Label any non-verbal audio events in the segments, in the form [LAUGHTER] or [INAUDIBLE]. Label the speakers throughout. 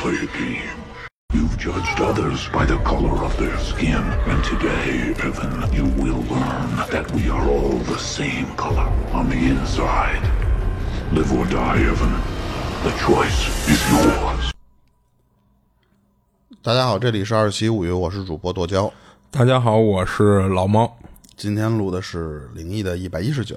Speaker 1: play a game. You've judged others by the color of their skin, and today, Evan, you will learn that we are all the same color on the inside. Live or die, Evan. The choice is yours.
Speaker 2: 大家好，这里是二七物语，我是主播剁椒。
Speaker 3: 大家好，我是老猫。
Speaker 2: 今天录的是灵异的一百一十九，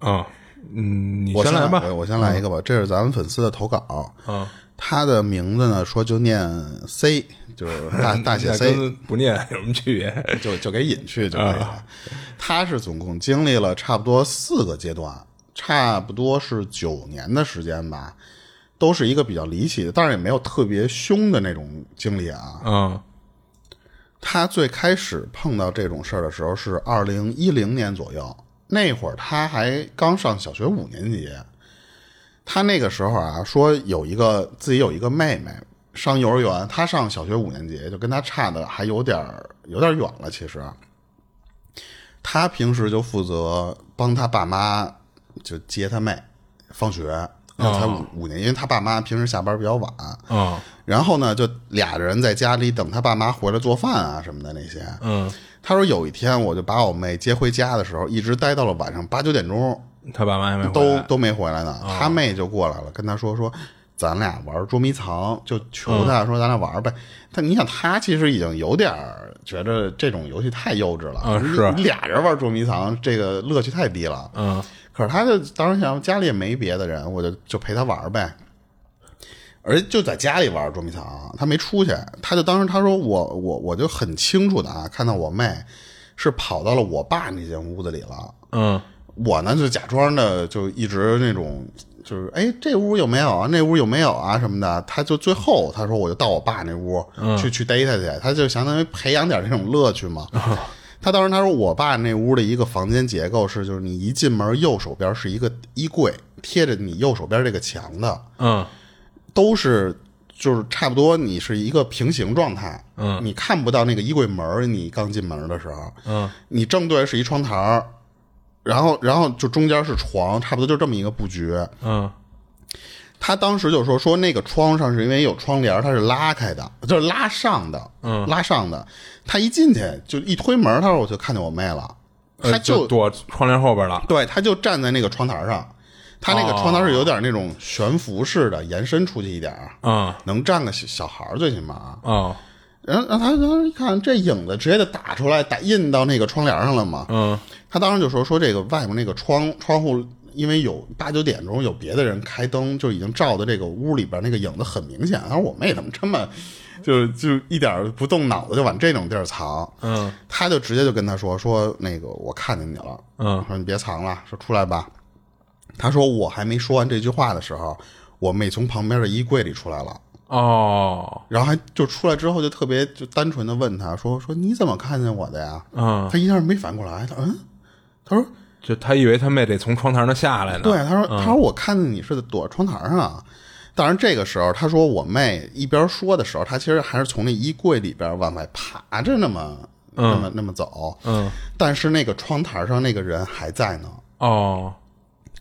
Speaker 3: 啊，嗯，你
Speaker 2: 我啊
Speaker 3: 先来吧。
Speaker 2: 我我先来一个吧。这是咱们粉丝的投稿，
Speaker 3: 嗯，
Speaker 2: 他的名字呢说就念 C，就是
Speaker 3: [LAUGHS]
Speaker 2: 大大写
Speaker 3: 嗯那
Speaker 2: C，
Speaker 3: 跟啊不念有什么区别？
Speaker 2: 就就给隐去就可以了。他是总共经历了差不多四个阶段，差不多是九年的时间吧，都是一个比较离奇的，当然也没有特别凶的那种经历啊。
Speaker 3: 嗯
Speaker 2: 他最开始碰到这种事儿的时候是二零一零年左右，那会儿他还刚上小学五年级。他那个时候啊，说有一个自己有一个妹妹上幼儿园，他上小学五年级，就跟他差的还有点儿有点儿远了。其实，他平时就负责帮他爸妈就接他妹放学，那才五五年级，因为他爸妈平时下班比较晚，
Speaker 3: 啊
Speaker 2: 然后呢，就俩人在家里等他爸妈回来做饭啊什么的那些。
Speaker 3: 嗯，
Speaker 2: 他说有一天我就把我妹接回家的时候，一直待到了晚上八九点钟，
Speaker 3: 他爸妈也没回
Speaker 2: 都
Speaker 3: 来啊
Speaker 2: 都没回来呢。他妹就过来了，跟他说说。咱俩玩捉迷藏，就求
Speaker 3: 嗯
Speaker 2: 他说咱俩玩呗。但你想，他其实已经有点儿觉得这种游戏太幼稚了。
Speaker 3: 嗯
Speaker 2: 你
Speaker 3: 是
Speaker 2: 你俩人玩捉迷藏，这个乐趣太低了。
Speaker 3: 嗯
Speaker 2: 可是他就当时想家里也没别的人，我就就陪他玩呗。而且就在家里玩捉迷藏，他没出去。他就当时他说我我我就很清楚的啊，看到我妹是跑到了我爸那间屋子里了。
Speaker 3: 嗯
Speaker 2: 我呢就假装的就一直那种就是哎这屋有没有啊那屋有没有啊什么的。他就最后他说我就到我爸那屋、去去逮他去，他就相当于培养点这种乐趣嘛。他当时他说我爸那屋的一个房间结构是，就是你一进门右手边是一个衣柜，贴着你右手边这个墙的，
Speaker 3: 嗯
Speaker 2: 都是就是差不多你是一个平行状态，嗯，你看不到那个衣柜门儿，你刚进门的时候，
Speaker 3: 嗯，
Speaker 2: 你正对是一窗台儿，然后然后就中间是床，差不多就这么一个布局。
Speaker 3: 嗯
Speaker 2: 他当时就说说那个窗上是因为有窗帘，它是拉开的，就是拉上的，嗯，拉上的。他一进去就一推门，他说我就看见我妹了，
Speaker 3: 呃
Speaker 2: 他就
Speaker 3: 躲窗帘后边了。
Speaker 2: 对，他就站在那个窗台上，他
Speaker 3: 哦
Speaker 2: 那个窗台是有点那种悬浮式的，延伸出去一点儿，
Speaker 3: 嗯
Speaker 2: 能站个小小孩儿最起码。
Speaker 3: 嗯
Speaker 2: 然后，然后他当时一看这影子，直接就打出来，打印到那个窗帘上了嘛。
Speaker 3: 嗯
Speaker 2: 他当时就说说这个外面那个窗窗户，因为有八九点钟有别的人开灯，就已经照的这个屋里边那个影子很明显。他说我妹怎么这么，就就一点儿不动脑子就往这种地儿藏？
Speaker 3: 嗯
Speaker 2: 他就直接就跟他说说那个我看见你了，
Speaker 3: 嗯
Speaker 2: 说你别藏了，说出来吧。他说我还没说完这句话的时候，我妹从旁边的衣柜里出来了，
Speaker 3: 哦
Speaker 2: 然后还就出来之后就特别就单纯的问他说说你怎么看见我的呀？
Speaker 3: 嗯，
Speaker 2: 他一下没反过来，他嗯，他说
Speaker 3: 就他以为他妹得从窗台那下来呢。
Speaker 2: 对，啊他说他说我看见你是躲窗台上啊。当然，这个时候他说我妹一边说的时候，她其实还是从那衣柜里边往外爬着那么、那么那么走。
Speaker 3: 嗯
Speaker 2: 但是那个窗台上那个人还在呢，
Speaker 3: 哦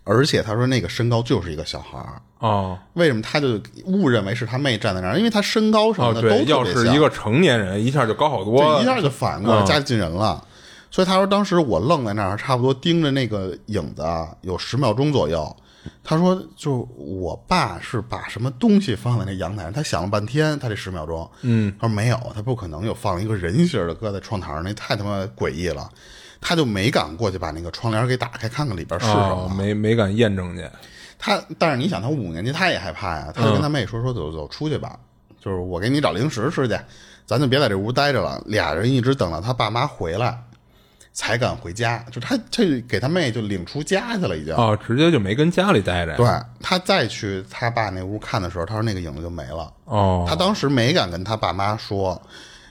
Speaker 2: 而且他说那个身高就是一个小孩儿。
Speaker 3: 哦
Speaker 2: 为什么他就误认为是他妹站在那儿？因为他身高什么
Speaker 3: 哦，
Speaker 2: 的都特
Speaker 3: 对，
Speaker 2: 别
Speaker 3: 要是
Speaker 2: 像
Speaker 3: 一个成年人，一下就高好多
Speaker 2: 对，
Speaker 3: 了。
Speaker 2: 一下就反过来嗯家里进人了。所以他说，当时我愣在那儿，差不多盯着那个影子啊，有十秒钟左右。他说，就我爸是把什么东西放在那阳台上，他想了半天，他这十秒钟，嗯，他说没有，他不可能有放一个人形儿的搁在窗台上，那太他妈诡异了。他就没敢过去把那个窗帘给打开，看看里边是什么。
Speaker 3: 哦，没没敢验证去。
Speaker 2: 他但是你想，他五年级他也害怕呀，他就跟他妹说说走走出去吧，就是我给你找零食吃去，咱就别在这屋待着了。俩人一直等到他爸妈回来，才敢回家。就他他给他妹就领出家去了，已经。
Speaker 3: 哦，直接就没跟家里待着。
Speaker 2: 对他再去他爸那屋看的时候，他说那个影子就没了。
Speaker 3: 哦，
Speaker 2: 他当时没敢跟他爸妈说，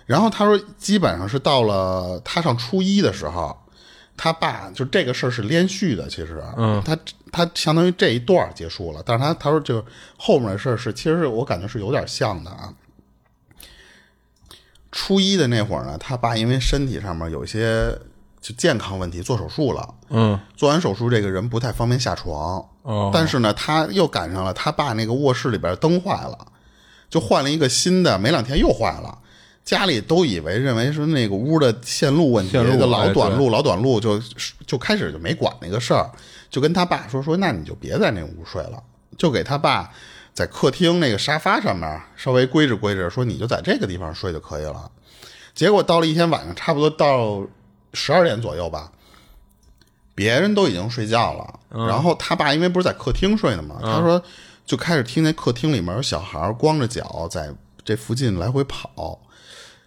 Speaker 2: 然后他说基本上是到了他上初一的时候，他爸就这个事儿是连续的，其实，嗯，他他相当于这一段儿结束了，但是他他说就后面的事儿是，其实我感觉是有点像的啊。初一的那会儿呢，他爸因为身体上面有一些就健康问题做手术了，
Speaker 3: 嗯
Speaker 2: 做完手术这个人不太方便下床，
Speaker 3: 哦
Speaker 2: 但是呢，他又赶上了他爸那个卧室里边灯坏了，就换了一个新的，没两天又坏了。家里都以为认为是那个屋的线路问题，
Speaker 3: 线路
Speaker 2: 就老
Speaker 3: 哎
Speaker 2: 短
Speaker 3: 对
Speaker 2: 路老短路，就就开始就没管那个事儿，就跟他爸说说，那你就别在那屋睡了，就给他爸在客厅那个沙发上面稍微规置规置，说你就在这个地方睡就可以了。结果到了一天晚上，差不多到十二点左右吧，别人都已经睡觉了，
Speaker 3: 嗯
Speaker 2: 然后他爸因为不是在客厅睡的嘛，他说就开始听见客厅里面有小孩光着脚在这附近来回跑。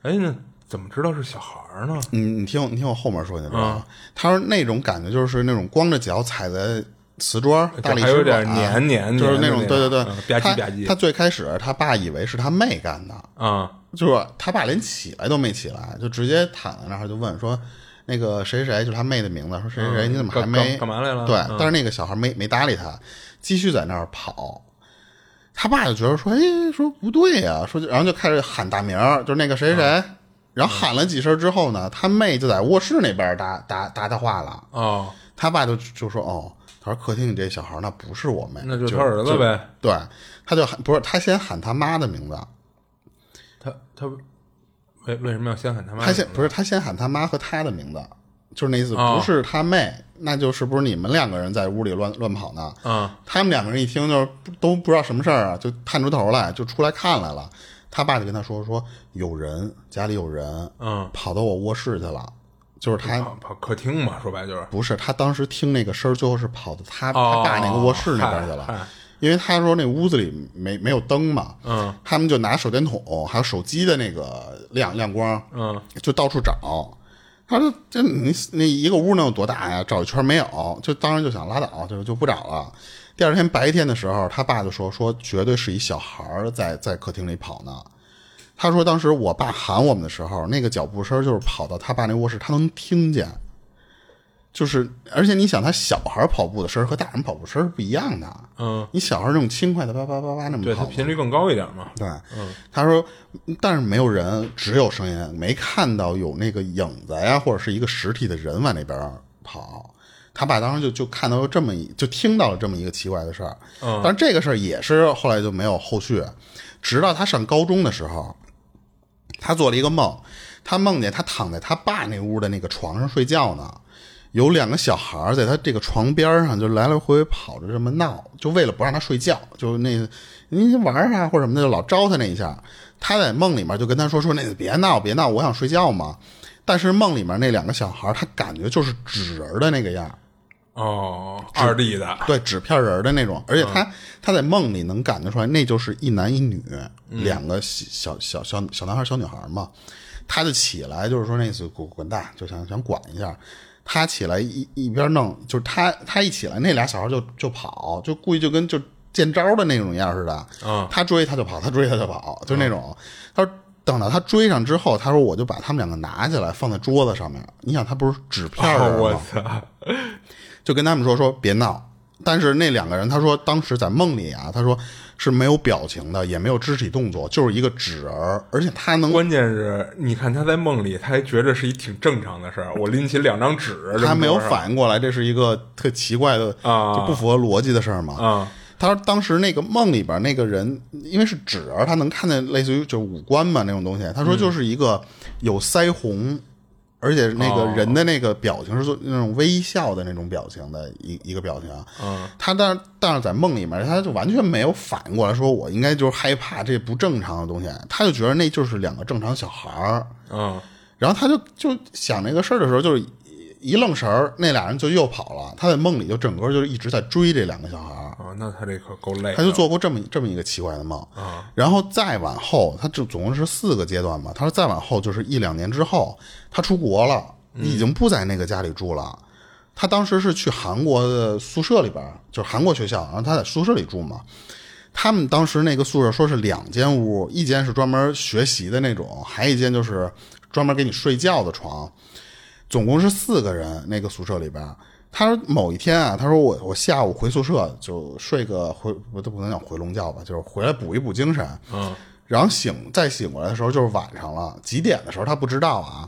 Speaker 3: 哎，那怎么知道是小孩儿呢？
Speaker 2: 你你听我你听我后面说，你知道
Speaker 3: 嗯
Speaker 2: 吗？他说那种感觉就是那种光着脚踩在瓷砖、大理
Speaker 3: 还
Speaker 2: 石
Speaker 3: 有
Speaker 2: 板
Speaker 3: 点，黏黏，
Speaker 2: 就是
Speaker 3: 黏的
Speaker 2: 那种对对对
Speaker 3: 嗯吧，
Speaker 2: 他
Speaker 3: 唧吧
Speaker 2: 他
Speaker 3: 唧
Speaker 2: 最开始他爸以为是他妹干的，
Speaker 3: 啊，
Speaker 2: 就是他爸连起来都没起来，就直接躺在那儿就问说，那个谁谁谁就是他妹的名字，说谁谁谁
Speaker 3: 嗯
Speaker 2: 你怎么
Speaker 3: 干
Speaker 2: 还没
Speaker 3: 干干嘛来了
Speaker 2: 对
Speaker 3: 嗯，
Speaker 2: 但是那个小孩没没搭理他，继续在那儿跑。他爸就觉得说，哎，说不对呀、说就然后就开始喊大名儿，就是那个谁谁谁。
Speaker 3: 嗯
Speaker 2: 然后喊了几声之后呢，他妹就在卧室那边搭搭搭他话了。
Speaker 3: 哦，
Speaker 2: 他爸就就说，哦，他说客厅里这小孩那不是我妹，
Speaker 3: 那就是他儿子呗。
Speaker 2: 对，他就喊不是他先喊他妈的名字，
Speaker 3: 他他为为什么要先喊他妈？
Speaker 2: 他先不是他先喊他妈和他的名字，就是那意思，
Speaker 3: 哦
Speaker 2: 不是他妹，那就是不是你们两个人在屋里乱乱跑呢？
Speaker 3: 啊，
Speaker 2: 他们两个人一听就是不都不知道什么事儿啊，就探出头来，就出来看来了。他爸就跟他说说有人家里有人，
Speaker 3: 嗯，哦
Speaker 2: 跑到我卧室去了，就是他
Speaker 3: 啊跑跑客厅嘛，说白就是
Speaker 2: 不是他当时听那个声儿，最后是跑到他、
Speaker 3: 哦
Speaker 2: 他爸那个卧室那边去了，
Speaker 3: 嗨嗨
Speaker 2: 因为他说那屋子里没没有灯嘛，
Speaker 3: 嗯，
Speaker 2: 他们就拿手电筒还有手机的那个亮亮光，
Speaker 3: 嗯，
Speaker 2: 就到处找。他说：“这你那一个屋能有多大呀？找一圈没有，就当时就想拉倒，就就不找了。”第二天白天的时候，他爸就说：“说绝对是一小孩儿在在客厅里跑呢。”他说：“当时我爸喊我们的时候，那个脚步声就是跑到他爸那卧室，他能听见。就是，而且你想，他小孩跑步的声儿和大人跑步声儿不一样的。
Speaker 3: 嗯，
Speaker 2: 你小孩那种轻快的叭叭叭叭那么
Speaker 3: 对他
Speaker 2: 跑，
Speaker 3: 频率更高一点嘛，
Speaker 2: 对，他说，但是没有人，只有声音，没看到有那个影子呀，或者是一个实体的人往那边跑。他爸当时就就看到这么一，就听到了这么一个奇怪的事儿。但是这个事儿也是后来就没有后续，直到他上高中的时候，他做了一个梦，他梦见他躺在他爸那屋的那个床上睡觉呢，有两个小孩儿在他这个床边上就来来回回跑着这么闹，就为了不让他睡觉，就那您玩儿啊或者什么的，就老招他那一下。他在梦里面就跟他说说那个别闹别闹，我想睡觉嘛。但是梦里面那两个小孩儿，他感觉就是纸人儿的那个样儿，
Speaker 3: 哦，二 D 的，
Speaker 2: 对，纸片人儿的那种，而且他、
Speaker 3: 嗯
Speaker 2: 他在梦里能感觉出来，那就是一男一女、
Speaker 3: 嗯
Speaker 2: 两个小小小小男孩儿小女孩儿嘛。他就起来，就是说那次滚滚蛋，就想想管一下。他起来一一边弄，就是他他一起来，那俩小孩就就跑，就故意就跟就见招的那种样似的。
Speaker 3: 嗯
Speaker 2: 他追他就跑，他追他就跑，就那种。他说等到他追上之后，他说我就把他们两个拿起来放在桌子上面。你想他不是纸片儿人
Speaker 3: 哦
Speaker 2: 吗？
Speaker 3: 我操，
Speaker 2: 就跟他们说说别闹。但是那两个人，他说当时在梦里啊，他说是没有表情的，也没有肢体动作，就是一个纸人儿，而且他能，
Speaker 3: 关键是你看他在梦里，他还觉着是一挺正常的事儿，我拎起两张纸，
Speaker 2: 他没有
Speaker 3: 扔桌上
Speaker 2: 反应过来，这是一个特奇怪的
Speaker 3: 啊
Speaker 2: 就不符合逻辑的事儿嘛。
Speaker 3: 啊，
Speaker 2: 他说当时那个梦里边那个人，因为是纸人儿，他能看见类似于就是五官嘛那种东西。他说就是一个有腮红，而且那个人的那个表情是做那种微笑的那种表情的一一个表情。嗯，他但是但是在梦里面，他就完全没有反应过来，说我应该就是害怕这不正常的东西，他就觉得那就是两个正常小孩儿。
Speaker 3: 嗯，
Speaker 2: 然后他就就想这个事儿的时候，就是一一愣神儿，那俩人就又跑了。他在梦里就整个就是一直在追这两个小孩儿。
Speaker 3: 啊，那他这可够累的，
Speaker 2: 他就做过这么这么一个奇怪的梦然后再往后，他这总共是四个阶段嘛。他说再往后就是一两年之后，他出国了，已经不在那个家里住了。他当时是去韩国的宿舍里边儿，就是韩国学校，然后他在宿舍里住嘛。他们当时那个宿舍说是两间屋，一间是专门学习的那种，还一间就是专门给你睡觉的床。总共是四个人，那个宿舍里边儿。他说某一天啊，他说我我下午回宿舍就睡个回不都不能讲回笼觉吧，就是回来补一补精神。嗯，然后醒再醒过来的时候就是晚上了，几点的时候他不知道啊，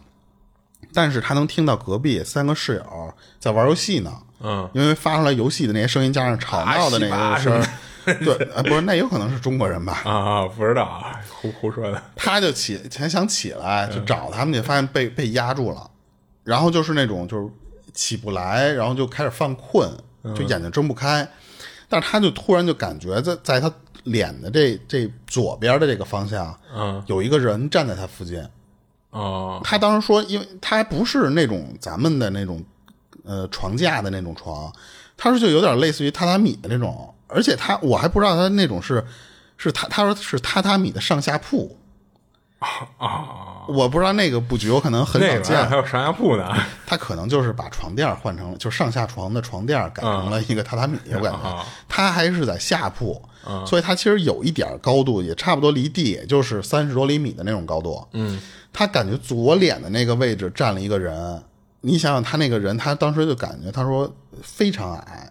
Speaker 2: 但是他能听到隔壁三个室友在玩游戏呢。
Speaker 3: 嗯，
Speaker 2: 因为发出来游戏的那些声音，加上吵闹的那
Speaker 3: 啊
Speaker 2: 个
Speaker 3: 西
Speaker 2: 声
Speaker 3: 吧
Speaker 2: 儿
Speaker 3: [LAUGHS] 什么，
Speaker 2: 对，呃不是，那有可能是中国人吧？
Speaker 3: 啊啊，不知道啊，胡胡说的。
Speaker 2: 他就起还想起来，就找他们去，发现被被压住了，然后就是那种就是起不来，然后就开始犯困，就眼睛睁不开。但是他就突然就感觉在在他脸的这这左边的这个方向，
Speaker 3: 嗯
Speaker 2: 有一个人站在他附近。
Speaker 3: 哦
Speaker 2: 他当时说，因为他还不是那种咱们的那种呃床架的那种床，他说就有点类似于榻榻米的那种，而且他我还不知道他那种是是他他说是榻榻米的上下铺，
Speaker 3: 啊，
Speaker 2: 我不知道那个布局，我可能很少
Speaker 3: 那个玩意儿
Speaker 2: 见
Speaker 3: 还。有上下铺呢。
Speaker 2: 他可能就是把床垫儿换成，就上下床的床垫儿改成了一个榻榻米，我感觉
Speaker 3: 啊
Speaker 2: 他还是在下铺，所以他其实有一点儿高度，也差不多离地也就是三十多厘米的那种高度。嗯，他感觉左脸的那个位置站了一个人，你想想他那个人，他当时就感觉他说非常矮，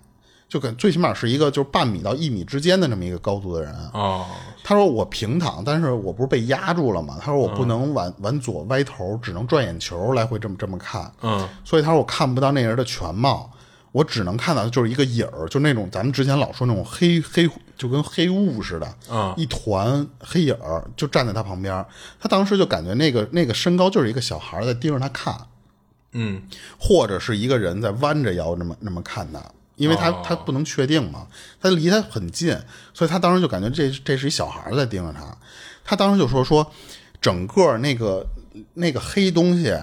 Speaker 2: 就跟最起码是一个就是半米到一米之间的那么一个高度的人。
Speaker 3: 哦，
Speaker 2: 他说我平躺，但是我不是被压住了吗？他说我不能往往左歪头，只能转眼球来回这么这么看。
Speaker 3: 嗯，
Speaker 2: 所以他说我看不到那人的全貌，我只能看到就是一个影儿，就那种咱们之前老说那种黑黑，就跟黑雾似的，
Speaker 3: 嗯
Speaker 2: 一团黑影儿就站在他旁边儿。他当时就感觉那个那个身高就是一个小孩儿在盯着他看，
Speaker 3: 嗯，
Speaker 2: 或者是一个人在弯着腰那么那么看他，因为他、他不能确定嘛，他离他很近，所以他当时就感觉这这是一小孩在盯着他，他当时就说说，整个那个那个黑东西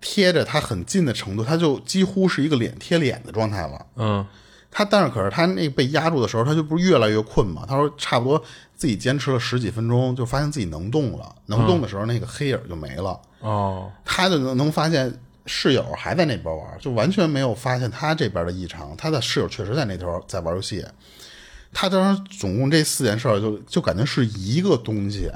Speaker 2: 贴着他很近的程度，他就几乎是一个脸贴脸的状态了。
Speaker 3: 嗯，
Speaker 2: 他但是可是他那被压住的时候，他就不是越来越困嘛？他说差不多自己坚持了十几分钟，就发现自己能动了，能动的时候那个黑影就没了。
Speaker 3: 哦，
Speaker 2: 他就能能发现室友还在那边玩，就完全没有发现他这边的异常。他的室友确实在那头在玩游戏。他当时总共这四件事儿，就就感觉是一个东西，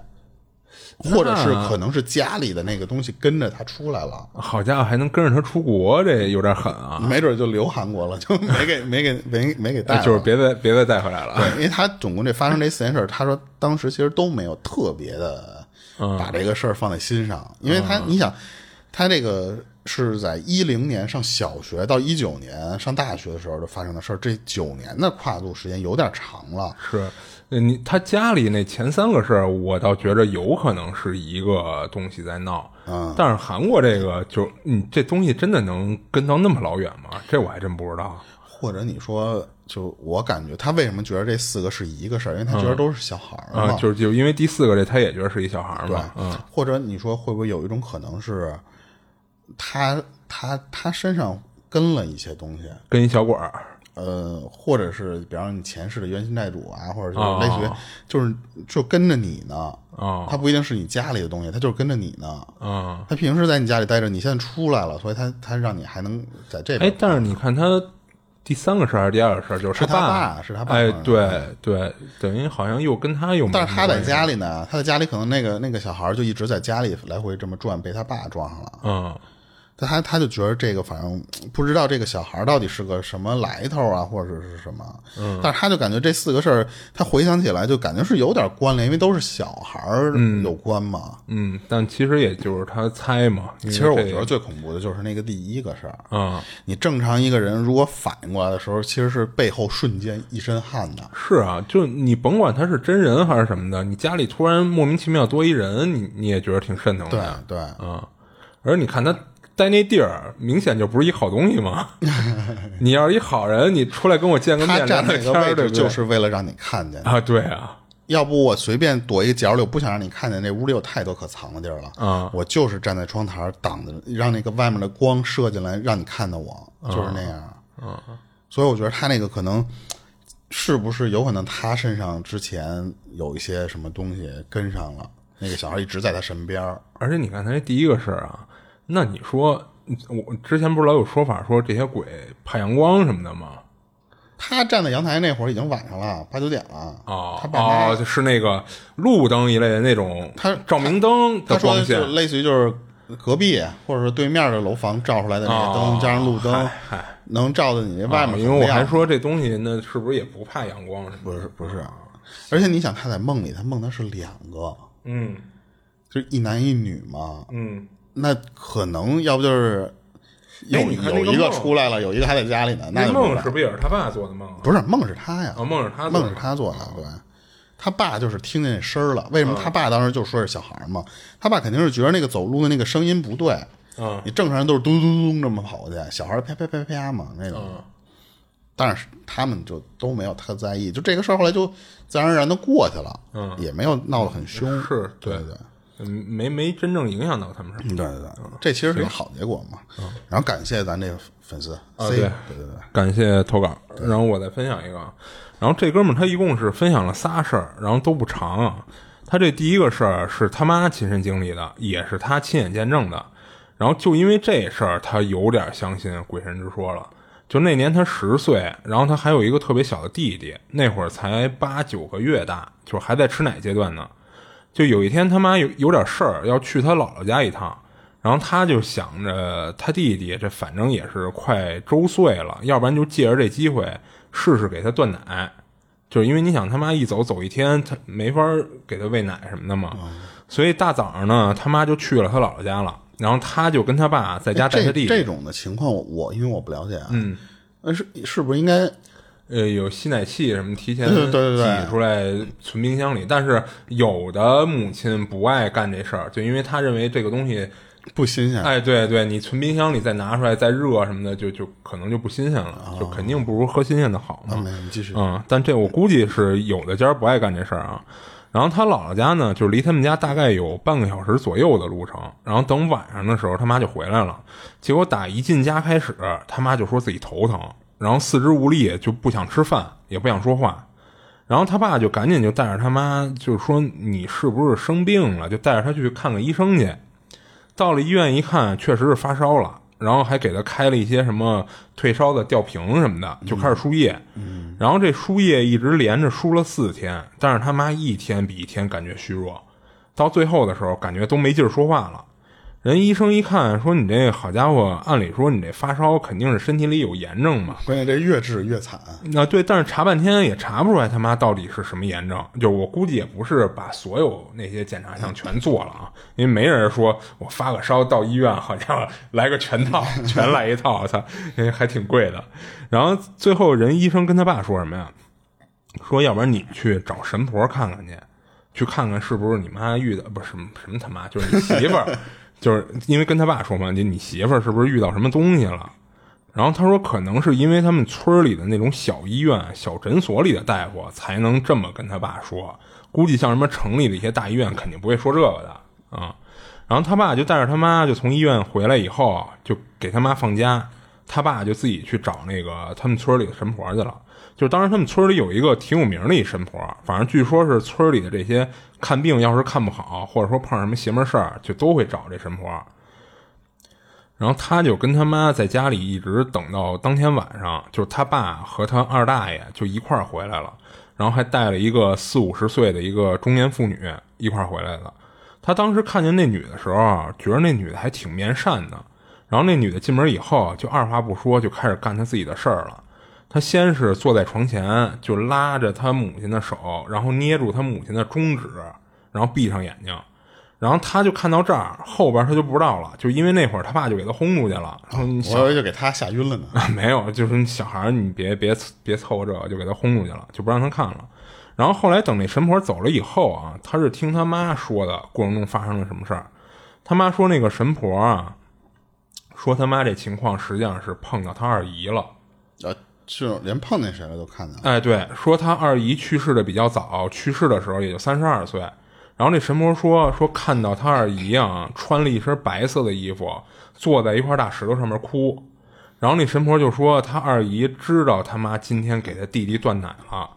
Speaker 2: 或者是可能是家里的那个东西跟着他出来了，
Speaker 3: 好家伙，还能跟着他出国，这有点狠啊！
Speaker 2: 没准就留韩国了，就没给没给没没给带了，
Speaker 3: 哎就是别再别再带回来了。
Speaker 2: 对，因为他总共这发生这四件事儿，他说当时其实都没有特别的
Speaker 3: 嗯
Speaker 2: 把这个事儿放在心上，因为他你想，他这个是在一零年上小学到一九年上大学的时候就发生的事儿，这九年的跨度时间有点长了。
Speaker 3: 是，呃你他家里那前三个事儿，我倒觉着有可能是一个东西在闹。
Speaker 2: 啊
Speaker 3: 嗯，但是韩国这个就你这东西真的能跟到那么老远吗？这我还真不知道。
Speaker 2: 或者你说，就我感觉他为什么觉得这四个是一个事儿，因为他觉得都是小孩儿
Speaker 3: 啊、
Speaker 2: 嘛，
Speaker 3: 就是就因为第四个这，他也觉得是一小孩儿
Speaker 2: 对
Speaker 3: 嘛。嗯，
Speaker 2: 或者你说会不会有一种可能是他他他身上跟了一些东西？
Speaker 3: 跟一小管儿。
Speaker 2: 呃，或者是比方说你前世的冤亲债主啊，或者就是
Speaker 3: 哦
Speaker 2: 类似于就是就跟着你呢，
Speaker 3: 哦
Speaker 2: 它不一定是你家里的东西，它就是跟着你呢。
Speaker 3: 嗯，
Speaker 2: 它平时在你家里待着，你现在出来了，所以它它让你还能在这边
Speaker 3: 哎，。但是你看他第三个事儿还是第二个事儿，就是
Speaker 2: 是他
Speaker 3: 爸，
Speaker 2: 爸是他爸
Speaker 3: 哎，
Speaker 2: 好像是
Speaker 3: 对对，等于好像又跟他有，
Speaker 2: 但是他在，家里呢，他在家里可能那个那个小孩就一直在家里来回这么转，被他爸撞上了。
Speaker 3: 嗯
Speaker 2: 但他他就觉得这个反正嗯不知道这个小孩到底是个什么来头啊，或者是什么。嗯，但是他就感觉这四个事儿，他回想起来就感觉是有点关联，因为都是小孩儿有关嘛。
Speaker 3: 嗯，但其实也就是他猜嘛。其
Speaker 2: 其实我觉得，最恐怖的就是那个第一个事儿。啊
Speaker 3: 嗯，
Speaker 2: 你正常一个人如果反应过来的时候，其实是背后瞬间一身汗的。
Speaker 3: 是啊，就你甭管他是真人还是什么的，你家里突然莫名其妙多一人，你你也觉得挺瘆疼
Speaker 2: 对
Speaker 3: 的。
Speaker 2: 对，
Speaker 3: 嗯，而你看他待那地儿，明显就不是一好东
Speaker 2: [LAUGHS]
Speaker 3: 西嘛。你要是一好人，你出来跟我见个
Speaker 2: 他
Speaker 3: 面，聊
Speaker 2: 站
Speaker 3: 聊
Speaker 2: 那个
Speaker 3: 天儿，
Speaker 2: 位
Speaker 3: 对
Speaker 2: 置
Speaker 3: 不对
Speaker 2: 就是为了让你看见，
Speaker 3: 啊，对啊，
Speaker 2: 要不我随便躲一角里，我不想让你看见那屋里有太多可藏的地儿了。
Speaker 3: 嗯
Speaker 2: 我就是站在窗台儿挡着，让那个外面的光射进来，让你看到我，
Speaker 3: 啊
Speaker 2: 就是那样。嗯，所以我觉得他那个可能是不是有可能他身上之前有一些什么东西跟上了，那个小孩一直在他身边儿。
Speaker 3: 而且你看他这第一个事儿啊，那你说我之前不是老有说法说这些鬼怕阳光什么的吗？
Speaker 2: 他站在阳台那会儿已经晚上了，八九点了。
Speaker 3: 哦
Speaker 2: 他爸妈、
Speaker 3: 哦，就是那个路灯一类的那种，
Speaker 2: 他
Speaker 3: 照明灯
Speaker 2: 他
Speaker 3: 的
Speaker 2: 说的
Speaker 3: 光
Speaker 2: 就
Speaker 3: 线
Speaker 2: 是类似于就是隔壁或者是对面的楼房照出来的那个灯，
Speaker 3: 哦
Speaker 2: 加上路灯
Speaker 3: 嗨嗨，
Speaker 2: 能照的你这外面
Speaker 3: 啊
Speaker 2: 很
Speaker 3: 因为我
Speaker 2: 亮
Speaker 3: 还说这东西那是不是也不怕阳光什么的？
Speaker 2: 不是不
Speaker 3: 啊
Speaker 2: 是，而且你想他在梦里，他梦的是两个，
Speaker 3: 嗯
Speaker 2: 就是一男一女嘛，
Speaker 3: 嗯
Speaker 2: 那可能要不就是有
Speaker 3: 哎你看那
Speaker 2: 有
Speaker 3: 个
Speaker 2: 一个
Speaker 3: 梦
Speaker 2: 出来了，有一个还在家里呢，那
Speaker 3: 那
Speaker 2: 就
Speaker 3: 梦
Speaker 2: 是
Speaker 3: 是不是也是他爸做的梦啊？
Speaker 2: 不是梦是他呀？
Speaker 3: 啊，梦是他做
Speaker 2: 梦
Speaker 3: 的
Speaker 2: 是他做的，对吧？他爸就是听见那声儿了。为什么他爸当时就说是小孩儿嘛？他爸肯定是觉得那个走路的那个声音不对。
Speaker 3: 嗯
Speaker 2: 你正常人都是咚咚咚这么跑过去，小孩儿啪啪啪啪嘛那种。
Speaker 3: 嗯
Speaker 2: 但是他们就都没有太在意，就这个事儿后来就自然而然的过去了，嗯，也没有闹得很凶，
Speaker 3: 是
Speaker 2: 对
Speaker 3: 对
Speaker 2: 对。
Speaker 3: 嗯没没真正影响到他们什么。
Speaker 2: 对对对，这其实是一个好结果嘛。然后感谢咱这个粉丝
Speaker 3: 嗯啊，
Speaker 2: C，
Speaker 3: 对
Speaker 2: 对对对，
Speaker 3: 感谢投稿。然后我再分享一个啊，然后这哥们儿他一共是分享了仨事儿，然后都不长啊。他这第一个事儿是他妈亲身经历的，也是他亲眼见证的。然后就因为这事儿，他有点相信鬼神之说了。就那年他十岁，然后他还有一个特别小的弟弟，那会儿才八九个月大，就是还在吃奶阶段呢。就有一天他妈有有点事儿要去他姥姥家一趟，然后他就想着他弟弟这反正也是快周岁了，要不然就借着这机会试试给他断奶，就是因为你想他妈一走走一天，他没法儿给他喂奶什么的嘛，
Speaker 2: 嗯
Speaker 3: 所以大早上呢他妈就去了他姥姥家了，然后他就跟他爸在家带他
Speaker 2: 这
Speaker 3: 弟
Speaker 2: 这
Speaker 3: 弟，
Speaker 2: 种的情况我，我因为我不了解啊，嗯，是是不是应该
Speaker 3: 呃，有吸奶器什么提
Speaker 2: [LAUGHS]
Speaker 3: 前
Speaker 2: 对对对对
Speaker 3: 挤出来存冰箱里，但是有的母亲不爱干这事儿，就因为他认为这个东西。
Speaker 2: 不新鲜？
Speaker 3: 哎，对对，你存冰箱里再拿出来再热什么的，就就可能就不新鲜了，就肯定不如喝新鲜的好嘛。
Speaker 2: 哦没有，你继续。
Speaker 3: 嗯，但这我估计是有的家不爱干这事儿啊。然后他姥姥家呢，就是离他们家大概有半个小时左右的路程。然后等晚上的时候，他妈就回来了。结果打一进家开始，他妈就说自己头疼，然后四肢无力，就不想吃饭，也不想说话。然后他爸就赶紧就带着他妈，就是说你是不是生病了？就带着他去看看医生去。到了医院一看，确实是发烧了，然后还给他开了一些什么退烧的吊瓶什么的，就开始输液。然后这输液一直连着输了四天，但是他妈一天比一天感觉虚弱，到最后的时候感觉都没劲儿说话了。人医生一看说：“你这好家伙，按理说你这发烧肯定是身体里有炎症嘛。”
Speaker 2: 关键这越治越惨，
Speaker 3: 那对，但是查半天也查不出来他妈到底是什么炎症。就我估计也不是把所有那些检查项全做了啊，因为没人说我发个烧到医院，好像来个全套，全来一套，我操，哎还挺贵的。然后最后人医生跟他爸说什么呀？说要不然你去找神婆看看去，去看看是不是你妈遇到不是什么什么他妈，就是你媳妇儿， [LAUGHS] 就是因为跟他爸说嘛，你你媳妇儿是不是遇到什么东西了？然后他说，可能是因为他们村儿里的那种小医院、小诊所里的大夫才能这么跟他爸说，估计像什么城里的一些大医院肯定不会说这个的啊。然后他爸就带着他妈就从医院回来以后，就给他妈放假，他爸就自己去找那个他们村里的神婆去了。就当时他们村里有一个挺有名的一神婆，反正据说是村里的这些看病要是看不好，或者说碰上什么邪门事儿，就都会找这神婆。然后他就跟他妈在家里一直等到当天晚上，就是他爸和他二大爷就一块儿回来了，然后还带了一个四五十岁的一个中年妇女一块儿回来的。他当时看见那女的时候啊，觉得那女的还挺面善的。然后那女的进门以后，就二话不说就开始干她自己的事儿了。他先是坐在床前，就拉着他母亲的手，然后捏住他母亲的中指，然后闭上眼睛。然后他就看到这儿，后边他就不知道了，就因为那会儿他爸就给他轰出去了。然后你想啊
Speaker 2: 我以为就给他吓晕了呢。
Speaker 3: [LAUGHS] 没有，就是你小孩儿，你别别别凑合这个，就给他轰出去了，就不让他看了。然后后来等那神婆走了以后啊，他是听他妈说的过程中发生了什么事儿。他妈说那个神婆啊，说他妈这情况实际上是碰到他二姨了。
Speaker 2: 呃，这种连碰见谁了都看见了。
Speaker 3: 哎，对，说他二姨去世的比较早，去世的时候也就三十二岁。然后那神婆说说看到他二姨啊，穿了一身白色的衣服，坐在一块大石头上面哭。然后那神婆就说他二姨知道他妈今天给他弟弟断奶了，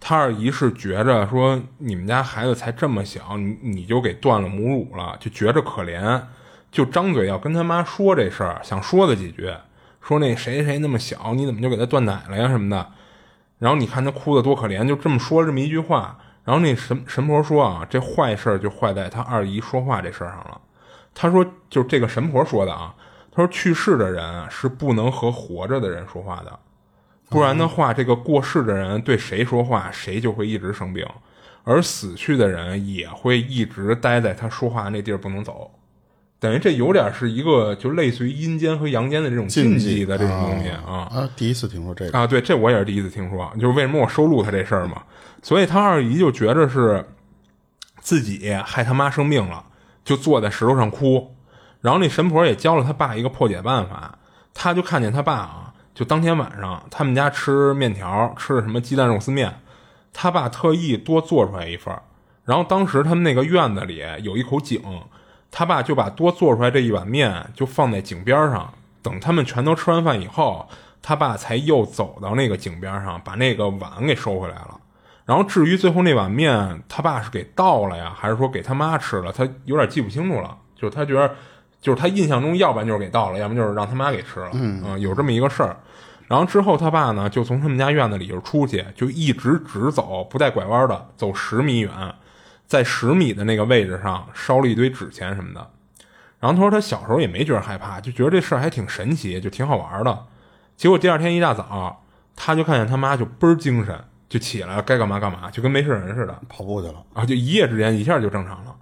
Speaker 3: 他二姨是觉着说你们家孩子才这么小，你你就给断了母乳了，就觉着可怜，就张嘴要跟他妈说这事儿，想说的几句，说那谁谁那么小，你怎么就给他断奶了呀什么的。然后你看他哭得多可怜，就这么说了这么一句话。然后那神神婆说啊，这坏事儿就坏在他二姨说话这事儿上了。他说，就是这个神婆说的啊，他说去世的人啊是不能和活着的人说话的，不然的话，这个过世的人对谁说话，谁就会一直生病，而死去的人也会一直待在他说话那地儿不能走。等于这有点是一个就类似于阴间和阳间的这种禁忌的这种东西
Speaker 2: 啊
Speaker 3: 啊
Speaker 2: 啊！第一次听说这个，
Speaker 3: 啊！对，这我也是第一次听说，啊就是为什么我收录他这事儿嘛。所以他二姨就觉着是自己害他妈生病了，就坐在石头上哭。然后那神婆也教了他爸一个破解办法，他就看见他爸啊，就当天晚上他们家吃面条，吃的什么鸡蛋肉丝面，他爸特意多做出来一份儿。然后当时他们那个院子里有一口井，他爸就把多做出来这一碗面就放在井边上，等他们全都吃完饭以后，他爸才又走到那个井边上，把那个碗给收回来了。然后至于最后那碗面，他爸是给倒了呀，还是说给他妈吃了？他有点记不清楚了，就是他觉得，就是他印象中，要不然就是给倒了，要不然就是让他妈给吃了。嗯、有这么一个事儿。然后之后他爸呢，就从他们家院子里就出去，就一直直走，不带拐弯的，走十米远，在十米的那个位置上烧了一堆纸钱什么的。然后他说他小时候也没觉得害怕，就觉得这事儿还挺神奇，就挺好玩的。结果第二天一大早，他就看见他妈就倍儿精神，就起来了，该干嘛干嘛，就跟没事人似的
Speaker 2: 跑步去了，
Speaker 3: 啊，就一夜之间一下就正常了。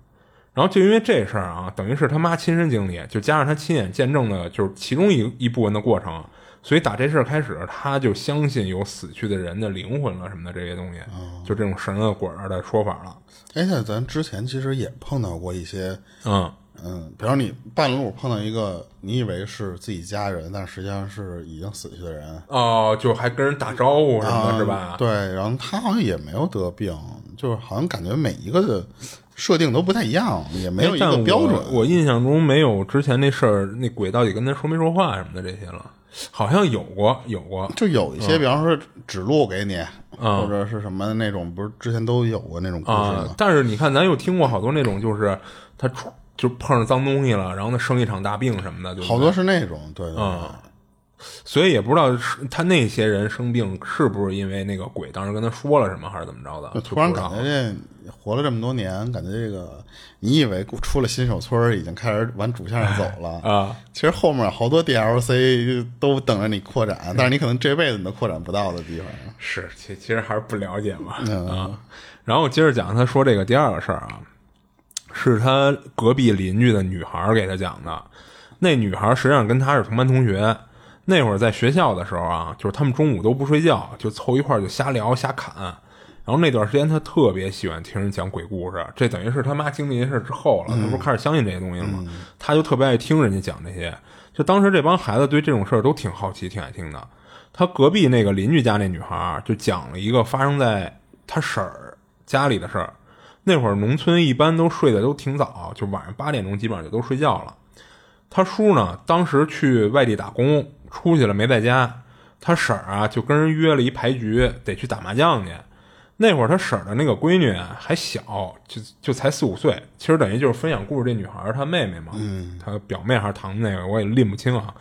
Speaker 3: 然后就因为这事儿啊，等于是他妈亲身经历，就加上他亲眼见证的，就是其中一一部分的过程，所以打这事儿开始，他就相信有死去的人的灵魂了什么的这些东西，
Speaker 2: 哦
Speaker 3: 就这种神啊鬼儿的说法了。
Speaker 2: 哎，那咱之前其实也碰到过一些，
Speaker 3: 嗯，
Speaker 2: 嗯，比如你半路碰到一个你以为是自己家人，但实际上是已经死去的人，
Speaker 3: 哦，就还跟人打招呼什么
Speaker 2: 啊
Speaker 3: 的，嗯是吧？
Speaker 2: 对，然后他好像也没有得病，就是好像感觉每一个的设定都不太一样，也没有一
Speaker 3: 哎但
Speaker 2: 个
Speaker 3: 我
Speaker 2: 标准。啊
Speaker 3: 我印象中没有之前那事儿，那鬼到底跟他说没说话什么的这些了，好像有过，有过。
Speaker 2: 就有一
Speaker 3: 嗯
Speaker 2: 些，比方说指路给你，或者是什么那种，不是之前都有过那种故事
Speaker 3: 啊
Speaker 2: 吗？，
Speaker 3: 但是你看，咱又听过好多那种，就是他出就碰上脏东西了，然后他生一场大病什么的，对不对嗯
Speaker 2: 好多是那种，对对对，
Speaker 3: 所以也不知道是他那些人生病是不是因为那个鬼当时跟他说了什么，还是怎么着的，
Speaker 2: 就
Speaker 3: 就
Speaker 2: 突然
Speaker 3: 不知
Speaker 2: 感
Speaker 3: 道
Speaker 2: 觉这活了这么多年，感觉这个你以为出了新手村儿已经开始往主线上走了
Speaker 3: 啊，
Speaker 2: 其实后面好多 DLC 都等着你扩展，但是你可能这辈子你都扩展不到的地方。
Speaker 3: 是，其其实还是不了解嘛、
Speaker 2: 嗯
Speaker 3: 啊。然后接着讲，他说这个第二个事儿啊，是他隔壁邻居的女孩儿给他讲的。那女孩儿实际上跟他是同班同学，那会儿在学校的时候啊，就是他们中午都不睡觉，就凑一块儿就瞎聊瞎侃。然后那段时间他特别喜欢听人讲鬼故事，这等于是他妈经历这事儿之后了，他不是开始相信这些东西了吗？他就特别爱听人家讲这些。就当时这帮孩子对这种事儿都挺好奇、挺爱听的。他隔壁那个邻居家那女孩儿就讲了一个发生在他婶儿家里的事儿。那会儿农村一般都睡得都挺早，就晚上八点钟基本上就都睡觉了。他叔呢，当时去外地打工，出去了没在家。他婶儿啊，就跟人约了一牌局，得去打麻将去。那会儿他婶儿的那个闺女啊还小，就就才四五岁，其实等于就是分享故事这女孩儿她妹妹嘛，嗯，她表妹还是堂妹那个，我也拎不清啊。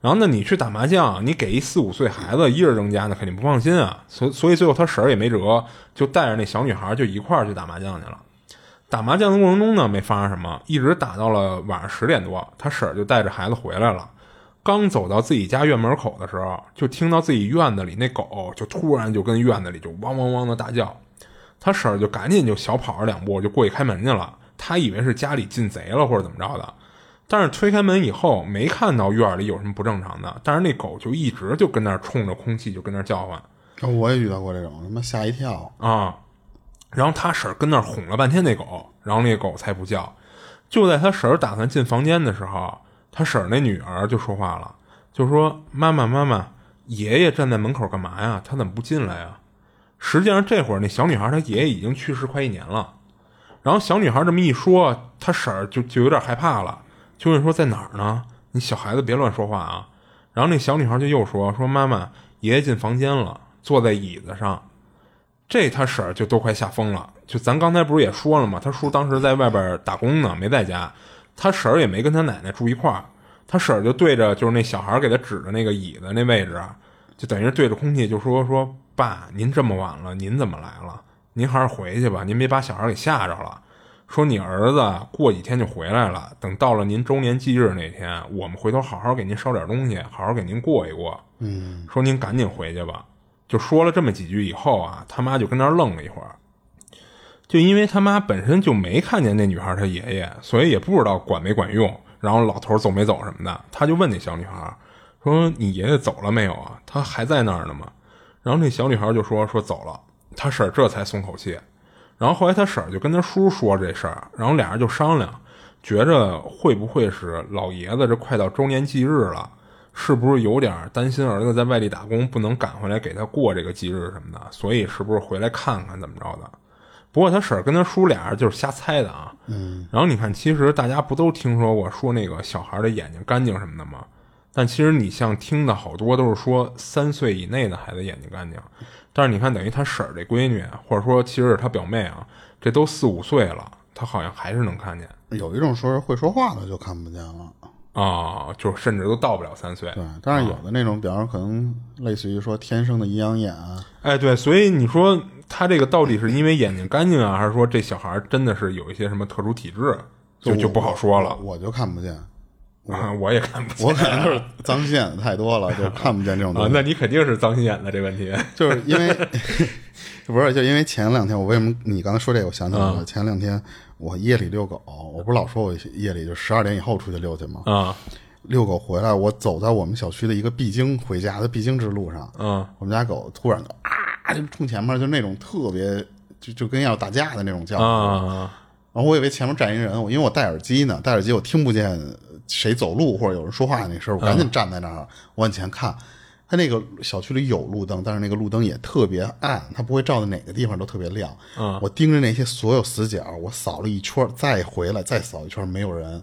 Speaker 3: 然后那你去打麻将，你给一四五岁孩子一人扔家，那肯定不放心啊。所所以最后他婶儿也没辙，就带着那小女孩儿就一块儿去打麻将去了。打麻将的过程中呢，没发生什么，一直打到了晚上十点多，他婶儿就带着孩子回来了。刚走到自己家院门口的时候，就听到自己院子里那狗就突然就跟院子里就汪汪汪的大叫，他婶儿就赶紧就小跑了两步就过去开门去了，他以为是家里进贼了或者怎么着的，但是推开门以后没看到院里有什么不正常的，但是那狗就一直就跟那儿冲着空气就跟那儿叫唤，
Speaker 2: 我也遇到过这种，他妈吓一跳。
Speaker 3: 啊。然后他婶儿跟那儿哄了半天那狗，然后那狗才不叫。就在他婶儿打算进房间的时候，啊他婶儿那女儿就说话了，就说：“妈妈，妈妈，爷爷站在门口干嘛呀？他怎么不进来呀？”实际上这会儿那小女孩她爷爷已经去世快一年了。然后小女孩这么一说，她婶儿就就有点害怕了，就问说在哪儿呢？你小孩子别乱说话啊。然后那小女孩就又说说妈妈，爷爷进房间了，坐在椅子上。这他婶儿就都快吓疯了。就咱刚才不是也说了吗？他叔当时在外边打工呢，没在家，他婶儿也没跟他奶奶住一块儿。他婶儿就对着就是那小孩儿给他指的那个椅子那位置啊，就等于是对着空气就说说爸，您这么晚了，您怎么来了？您还是回去吧，您别把小孩儿给吓着了。说你儿子过几天就回来了，等到了您周年忌日那天，我们回头好好给您烧点东西，好好给您过一过。嗯，说您赶紧回去吧。就说了这么几句以后啊，他妈就跟那儿愣了一会儿，就因为他妈本身就没看见那女孩她爷爷，所以也不知道管没管用。然后老头儿走没走什么的，他就问那小女孩儿说：“你爷爷走了没有啊？他还在那儿呢吗？”然后那小女孩儿就说：“说走了。”他婶儿这才松口气。然后后来他婶儿就跟他叔说这事儿，然后俩人就商量，觉着会不会是老爷子这快到周年忌日了，是不是有点担心儿子在外地打工不能赶回来给他过这个忌日什么的，所以是不是回来看看怎么着的？不过他婶儿跟他叔俩人就是瞎猜的啊。嗯。然后你看，其实大家不都听说过说那个小孩的眼睛干净什么的吗？但其实你像听的好多都是说三岁以内的孩子眼睛干净，但是你看，等于他婶儿这闺女，啊或者说其实是他表妹啊，这都四五岁了，她好像还是能看见
Speaker 2: 有一种说是会说话的就看不见了，
Speaker 3: 啊、就甚至都到不了三岁。
Speaker 2: 对。但是有的那种，比方说可能类似于说天生的阴阳眼啊，
Speaker 3: 哎，对，所以你说他这个到底是因为眼睛干净啊，还是说这小孩儿真的是有一些什么特殊体质，就就不好说了。
Speaker 2: 我就看不见，
Speaker 3: 啊，我也看不
Speaker 2: [LAUGHS]
Speaker 3: 见。
Speaker 2: 我可能就是脏心眼子太多了，就看不见这种东
Speaker 3: 啊，
Speaker 2: 西。
Speaker 3: 那你肯定是脏心眼的这问题。
Speaker 2: 就是因为 [LAUGHS] 不是，就因为前两天我为什么你刚才说这个，我想起来了。前两天我夜里遛狗，我不是老说我夜里就十二点以后出去遛去吗？
Speaker 3: 啊
Speaker 2: 遛狗回来，我走在我们小区的一个必经回家的必经之路上，
Speaker 3: 嗯，
Speaker 2: 我们家狗突然就啊就冲前面，就那种特别就就跟要打架的那种叫。
Speaker 3: 啊
Speaker 2: 然后我以为前面站一人，我因为我戴耳机呢，戴耳机我听不见谁走路或者有人说话那声儿，我赶紧站在那儿，我往前看。它那个小区里有路灯，但是那个路灯也特别暗，它不会照的哪个地方都特别亮。
Speaker 3: 嗯
Speaker 2: 我盯着那些所有死角，我扫了一圈儿，再回来再扫一圈儿，没有人。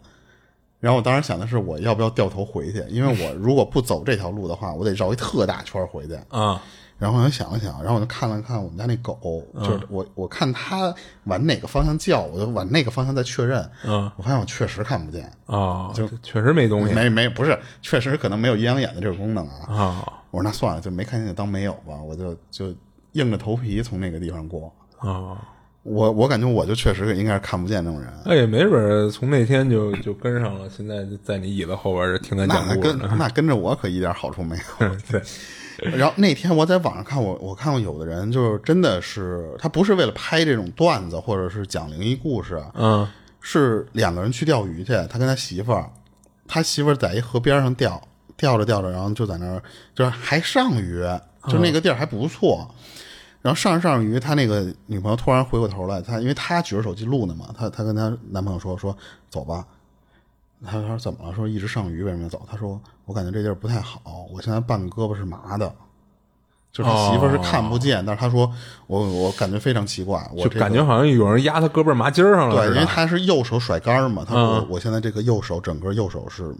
Speaker 2: 然后我当时想的是，我要不要掉头回去？因为我如果不走这条路的话，我得绕一特大圈儿回去。
Speaker 3: 啊
Speaker 2: 然后我就想了想，然后我就看了看我们家那狗，
Speaker 3: 嗯
Speaker 2: 就是我我看它往哪个方向叫，我就往那个方向再确认。
Speaker 3: 嗯，
Speaker 2: 我发现我确实看不见，
Speaker 3: 啊！就确实没东西
Speaker 2: 没没不是，确实可能没有阴阳眼的这个功能啊。
Speaker 3: 啊
Speaker 2: 我说那算了，就没看见就当没有吧，我就就硬着头皮从那个地方过。
Speaker 3: 啊！
Speaker 2: 我我感觉我就确实应该是看不见那种人，
Speaker 3: 那也没准儿从那天就就跟上了，现在就在你椅子后边儿就听他
Speaker 2: 那
Speaker 3: 讲嗯
Speaker 2: 那
Speaker 3: 故事
Speaker 2: 跟
Speaker 3: 呢。
Speaker 2: 那跟着我可一点好处没有。
Speaker 3: [LAUGHS] 对，
Speaker 2: 然后那天我在网上看我，我看过有的人就是真的是他不是为了拍这种段子或者是讲灵异故事，啊
Speaker 3: 嗯
Speaker 2: 是两个人去钓鱼去，他跟他媳妇儿，他媳妇儿在一河边上钓，钓着钓着，然后就在那儿就是还上鱼，就那个地儿还不错。然后上着上着鱼，他那个女朋友突然回过头来，他因为他举着手机录呢嘛，他他跟他男朋友说说走吧，他说怎么了？说一直上鱼为什么要走？他说我感觉这地儿不太好，我现在半个胳膊是麻的，就是他媳妇儿是看不见，但是他说我我感觉非常奇怪，我、
Speaker 3: 就
Speaker 2: 这个、
Speaker 3: 感觉好像有人压他胳膊麻筋儿上了嗯
Speaker 2: 对，
Speaker 3: 似
Speaker 2: 因为
Speaker 3: 的，
Speaker 2: 他是右手甩杆儿嘛，他说我现在这个右手整个右手是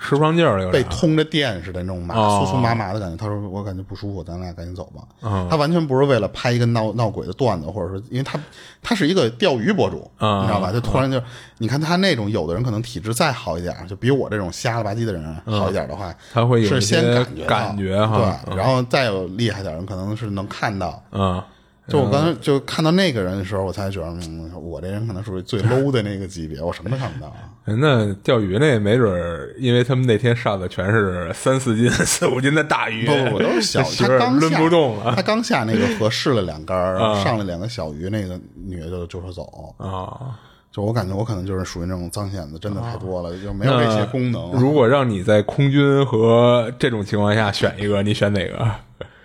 Speaker 3: 吃不上劲儿了有
Speaker 2: 被
Speaker 3: 点。
Speaker 2: 通着电似的那种麻，
Speaker 3: 啊哦
Speaker 2: 酥酥麻麻的感觉。他说我感觉不舒服，咱俩赶紧走吧。
Speaker 3: 嗯
Speaker 2: 他完全不是为了拍一个闹闹鬼的段子，或者说，因为他他是一个钓鱼博主，
Speaker 3: 嗯
Speaker 2: 你知道吧？就突然就，你看他那种有的人可能体质再好一点，就比我这种瞎了吧唧的人好一点的话，
Speaker 3: 嗯他会有
Speaker 2: 是
Speaker 3: 一
Speaker 2: 先
Speaker 3: 些
Speaker 2: 觉到
Speaker 3: 感觉哈
Speaker 2: 对，然后再有厉害点人可能是能看到。
Speaker 3: 嗯，
Speaker 2: 就我刚才就看到那个人的时候，我才觉得，嗯，我这人可能属于最 low 的那个级别，我什么都看不到
Speaker 3: [LAUGHS]
Speaker 2: 啊。
Speaker 3: 哎那钓鱼那没准儿，因为他们那天上的全是三四斤、 [LAUGHS] 四五斤的大鱼，
Speaker 2: 不不不，都是
Speaker 3: [LAUGHS]
Speaker 2: 小
Speaker 3: 媳
Speaker 2: 鱼，他
Speaker 3: 妇儿
Speaker 2: 刚下
Speaker 3: 抡不动了
Speaker 2: 他刚下那个河试了两杆
Speaker 3: [LAUGHS]
Speaker 2: 儿，然后上了两个小鱼，那个女的就就说走。
Speaker 3: 啊。
Speaker 2: 就我感觉我可能就是属于那种脏线子，真的太多了，就没有这些功能。啊
Speaker 3: 如果让你在空军和这种情况下选一个，你选哪个？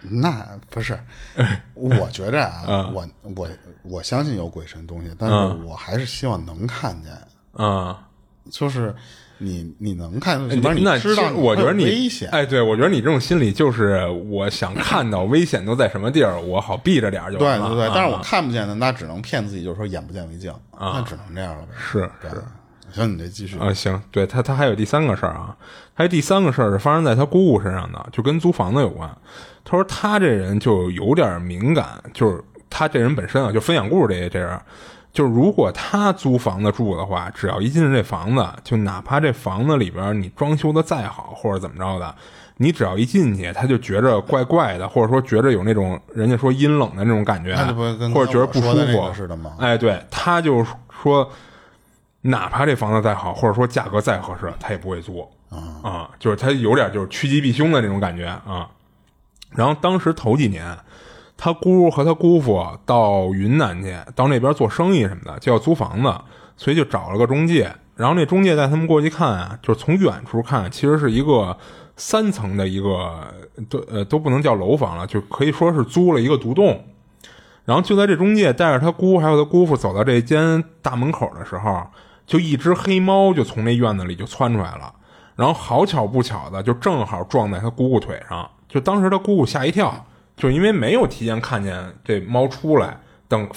Speaker 2: 那不
Speaker 3: [LAUGHS]
Speaker 2: 是，我觉着啊，我我我相信有鬼神东西，但是我还是希望能看见，
Speaker 3: 啊、
Speaker 2: 就是你你能看，
Speaker 3: 嗯，
Speaker 2: 起码你
Speaker 3: 那
Speaker 2: 知道
Speaker 3: 其实我觉得
Speaker 2: 你
Speaker 3: 你
Speaker 2: 会有危险。
Speaker 3: 哎，对我觉得你这种心理就是我想看到危险都在什么地儿，我好避着点儿就
Speaker 2: 对
Speaker 3: 完了。
Speaker 2: 对对，
Speaker 3: 啊
Speaker 2: 但是我看不见的，那只能骗自己，就是说眼不见为净，那只能这样了呗。
Speaker 3: 是
Speaker 2: 对，行，你这继续
Speaker 3: 啊，行，对他，他还有第三个事儿啊，还有第三个事儿是发生在他姑姑身上的，就跟租房子有关。他说他这人就有点敏感，就是他这人本身啊，就分享故事这这人，就是如果他租房子住的话，只要一进这房子，就哪怕这房子里边你装修的再好或者怎么着的，你只要一进去，他就觉着怪怪的，或者说觉着有那种人家说阴冷的那种感觉
Speaker 2: 那就不跟，
Speaker 3: 或者觉着不
Speaker 2: 刚才
Speaker 3: 舒
Speaker 2: 我说的那个
Speaker 3: 服
Speaker 2: 似的吗
Speaker 3: 哎，对，他就说。哪怕这房子再好，或者说价格再合适，他也不会租啊、就是他有点就是趋吉避凶的那种感觉啊。然后当时头几年，他姑和他姑父到云南去，到那边做生意什么的，就要租房子，所以就找了个中介。然后那中介带他们过去看啊，就是从远处看，其实是一个三层的一个都呃都不能叫楼房了，就可以说是租了一个独栋。然后就在这中介带着他姑还有他姑父走到这间大门口的时候，就一只黑猫就从那院子里就窜出来了，然后好巧不巧的就正好撞在他姑姑腿上，就当时他姑姑吓一跳，就因为没有提前看见这猫出来，等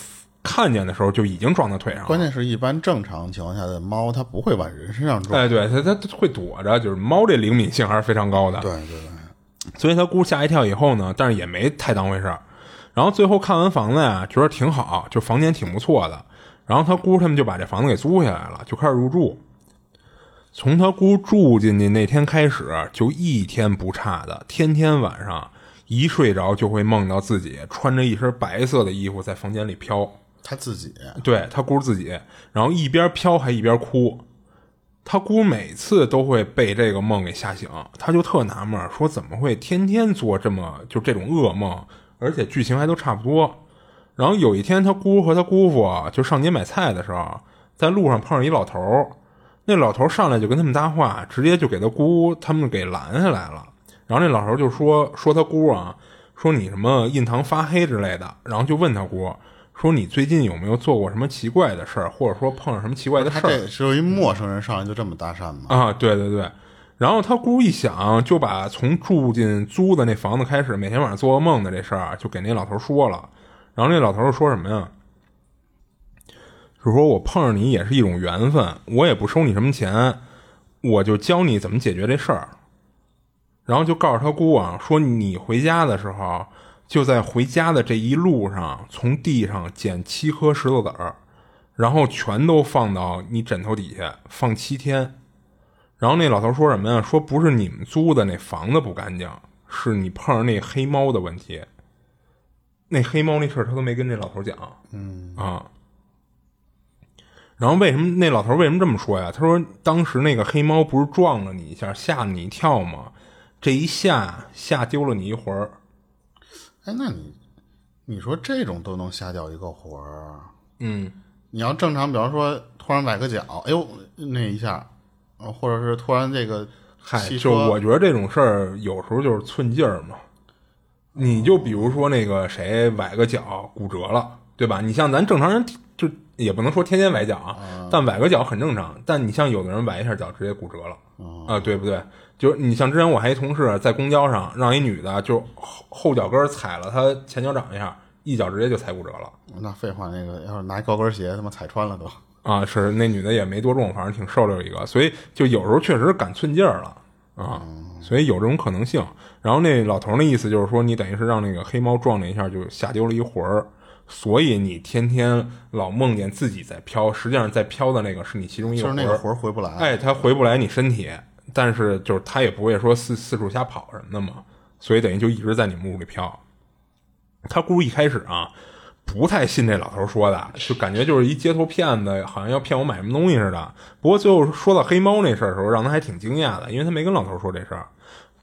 Speaker 3: 看见的时候就已经撞他腿上了。
Speaker 2: 关键是一般正常情况下的猫，它不会往人身上撞。
Speaker 3: 哎，对，它它它会躲着，就是猫这灵敏性还是非常高的，
Speaker 2: 对对对，
Speaker 3: 所以他姑吓一跳以后呢，但是也没太当回事儿。然后最后看完房子呀，觉得挺好，就房间挺不错的。然后他姑他们就把这房子给租下来了，就开始入住。从他姑住进去那天开始，就一天不差的，天天晚上一睡着就会梦到自己穿着一身白色的衣服在房间里飘。
Speaker 2: 它自己
Speaker 3: 对他姑自己，然后一边飘还一边哭。他姑每次都会被这个梦给吓醒，他就特纳闷儿，说怎么会天天做这么就这种噩梦，而且剧情还都差不多。然后有一天，他姑和他姑父啊就上街买菜的时候，啊在路上碰上一老头儿，那老头儿上来就跟他们搭话，直接就给他姑他们给拦下来了。然后那老头儿就说说他姑啊，说你什么印堂发黑之类的，然后就问他姑说你最近有没有做过什么奇怪的事儿，或者说碰上什么奇怪的
Speaker 2: 它
Speaker 3: 事儿？
Speaker 2: 这是由一陌生人上来就这么搭讪吗？
Speaker 3: 啊，对对对。然后他姑一想，就把从住进租的那房子开始，每天晚上做噩梦的这事儿，就给那老头说了。然后那老头说什么呀？就说我碰上你也是一种缘分，我也不收你什么钱，我就教你怎么解决这事儿。然后就告诉他姑啊，说你回家的时候，就在回家的这一路上，从地上捡七颗石头子儿，然后全都放到你枕头底下放七天。然后那老头说什么呀？说不是你们租的那房子不干净，是你碰上那黑猫的问题。那黑猫那事儿他都没跟这老头讲，嗯啊。然后为什么那老头为什么这么说呀？他说当时那个黑猫不是撞了你一下，吓你一跳吗？这一下吓丢了你一魂儿。
Speaker 2: 哎，那你你说这种都能吓掉一个魂儿，
Speaker 3: 嗯，
Speaker 2: 你要正常，比方说突然崴个脚，哎呦那一下，呃或者是突然这个
Speaker 3: 嗨，
Speaker 2: 汽车，
Speaker 3: 就我觉得这种事儿有时候就是寸劲儿嘛。你就比如说那个谁崴个脚骨折了，对吧？你像咱正常人就也不能说天天崴脚啊，但崴个脚很正常。但你像有的人崴一下脚直接骨折了啊、对不对？就是你像之前我还一同事在公交上让一女的就后后脚跟儿踩了她前脚掌一下，一脚直接就踩骨折了。
Speaker 2: 那废话，那个要是拿一高跟鞋，他妈踩穿了都。
Speaker 3: 啊，是那女的也没多重，反正挺瘦溜一个，所以就有时候确实赶寸劲儿了
Speaker 2: 哦
Speaker 3: 啊，所以有这种可能性。然后那老头儿那意思就是说，你等于是让那个黑猫撞了一下，就吓丢了一魂儿，所以你天天老梦见自己在飘，实际上在飘的那个是你其中一
Speaker 2: 就
Speaker 3: 个
Speaker 2: 是
Speaker 3: 魂
Speaker 2: 那
Speaker 3: 儿，
Speaker 2: 个魂儿回不来。
Speaker 3: 哎，它回不来你身体，但是就是它也不会说四四处瞎跑什么的嘛，所以等于就一直在你们屋里飘。他姑一开始啊，不太信这老头说的，就感觉就是一街头骗子，好像要骗我买什么东西似的。不过最后说到黑猫那事儿的时候，让他还挺惊讶的，因为他没跟老头说这事儿。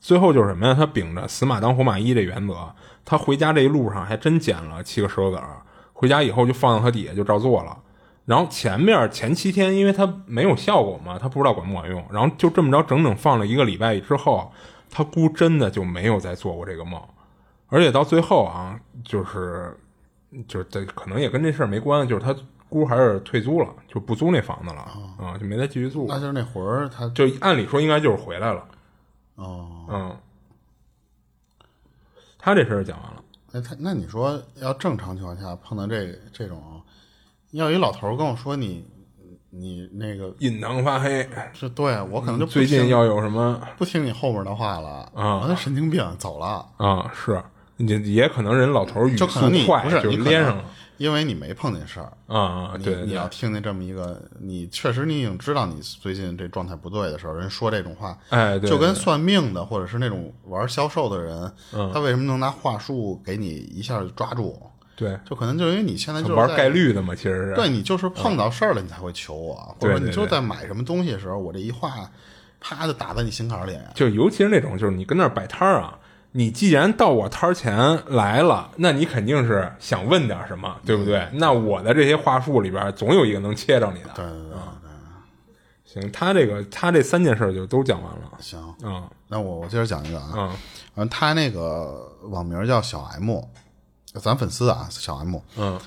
Speaker 3: 最后就是什么呀？他秉着死马当活马医这原则，他回家这一路上还真捡了七个石头子儿，回家以后就放到他底下就照做了。然后前面前七天，因为他没有效果嘛，他不知道管不管用。然后就这么着，整整放了一个礼拜之后，他姑真的就没有再做过这个梦。而且到最后啊，就是就是这可能也跟这事儿没关系，就是他姑还是退租了，就不租那房子了啊，就没再继续住。
Speaker 2: 哦那就是那魂儿，他
Speaker 3: 就按理说应该就是回来了，
Speaker 2: 哦，
Speaker 3: 嗯。他这事儿讲完了，
Speaker 2: 那哎他那你说要正常情况下碰到这这种，要一老头儿跟我说你你那个
Speaker 3: 印堂发黑，
Speaker 2: 是对啊我可能就不
Speaker 3: 最近
Speaker 2: 听
Speaker 3: 要有什么
Speaker 2: 不听你后面的话了
Speaker 3: 啊
Speaker 2: 我那神经病走了，
Speaker 3: 啊？是，也也可能人老头儿语
Speaker 2: 就可
Speaker 3: 速
Speaker 2: 能你
Speaker 3: 快，
Speaker 2: 不是
Speaker 3: 就
Speaker 2: 你可能
Speaker 3: 连上了
Speaker 2: 因为你没碰见事儿。
Speaker 3: 啊啊！
Speaker 2: 你
Speaker 3: 对对
Speaker 2: 你
Speaker 3: 对
Speaker 2: 要，听见这么一个，你确实你已经知道你最近这状态不对的时候，人说这种话，
Speaker 3: 哎，对
Speaker 2: 就跟
Speaker 3: 对嗯
Speaker 2: 算命的或者是那种玩销售的人，他为什么能拿话术给你一下就抓住？
Speaker 3: 对
Speaker 2: 就可能就是因为你现在就是
Speaker 3: 玩
Speaker 2: 在
Speaker 3: 概，率的嘛，其实是
Speaker 2: 对你就是碰到事儿了，你才会求我，或者
Speaker 3: 对对
Speaker 2: 说你就
Speaker 3: 对
Speaker 2: 在买什么东西的时候，我这一话，啪就打在你心坎儿里。
Speaker 3: 就尤其是那种，就是你跟那儿摆摊儿啊，你既然到我摊儿前来了，那你肯定是想问点什
Speaker 2: 嗯
Speaker 3: 么，对不对？那我的这些话术里边，总有一个能切着你的。啊
Speaker 2: 对对对对，
Speaker 3: 行，他这个他这三件事就都讲完了。
Speaker 2: 行，
Speaker 3: 嗯
Speaker 2: 那我我接着讲一个啊，
Speaker 3: 嗯
Speaker 2: 反正他那个网名叫小 M，咱粉丝啊，小 M，
Speaker 3: 嗯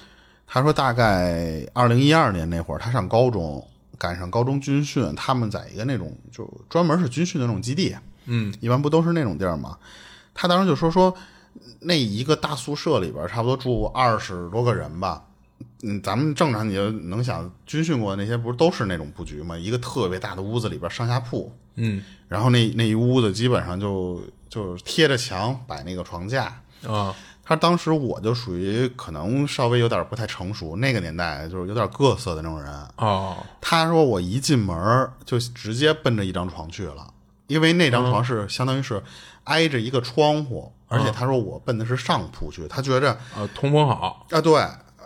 Speaker 2: 他说大概二零一二年那会儿，他上高中，赶上高中军训，他们在一个那种就专门是军训的那种基地，
Speaker 3: 嗯，
Speaker 2: 一般不都是那种地儿吗？他当时就说说，那一个大宿舍里边差不多住二十多个人吧。嗯，咱们正常你就能想，军训过的那些不是都是那种布局吗？一个特别大的屋子里边上下铺，
Speaker 3: 嗯
Speaker 2: 然后那那一屋子基本上就就贴着墙摆那个床架，
Speaker 3: 啊
Speaker 2: 他当时我就属于可能稍微有点不太成熟，那个年代就是有点各色的那种人。
Speaker 3: 哦
Speaker 2: 他说我一进门儿就直接奔着一张床去了，因为那张床是相当于是挨着一个窗户，而且他说我奔的是上铺去，他觉着
Speaker 3: 啊，通风好，
Speaker 2: 啊对，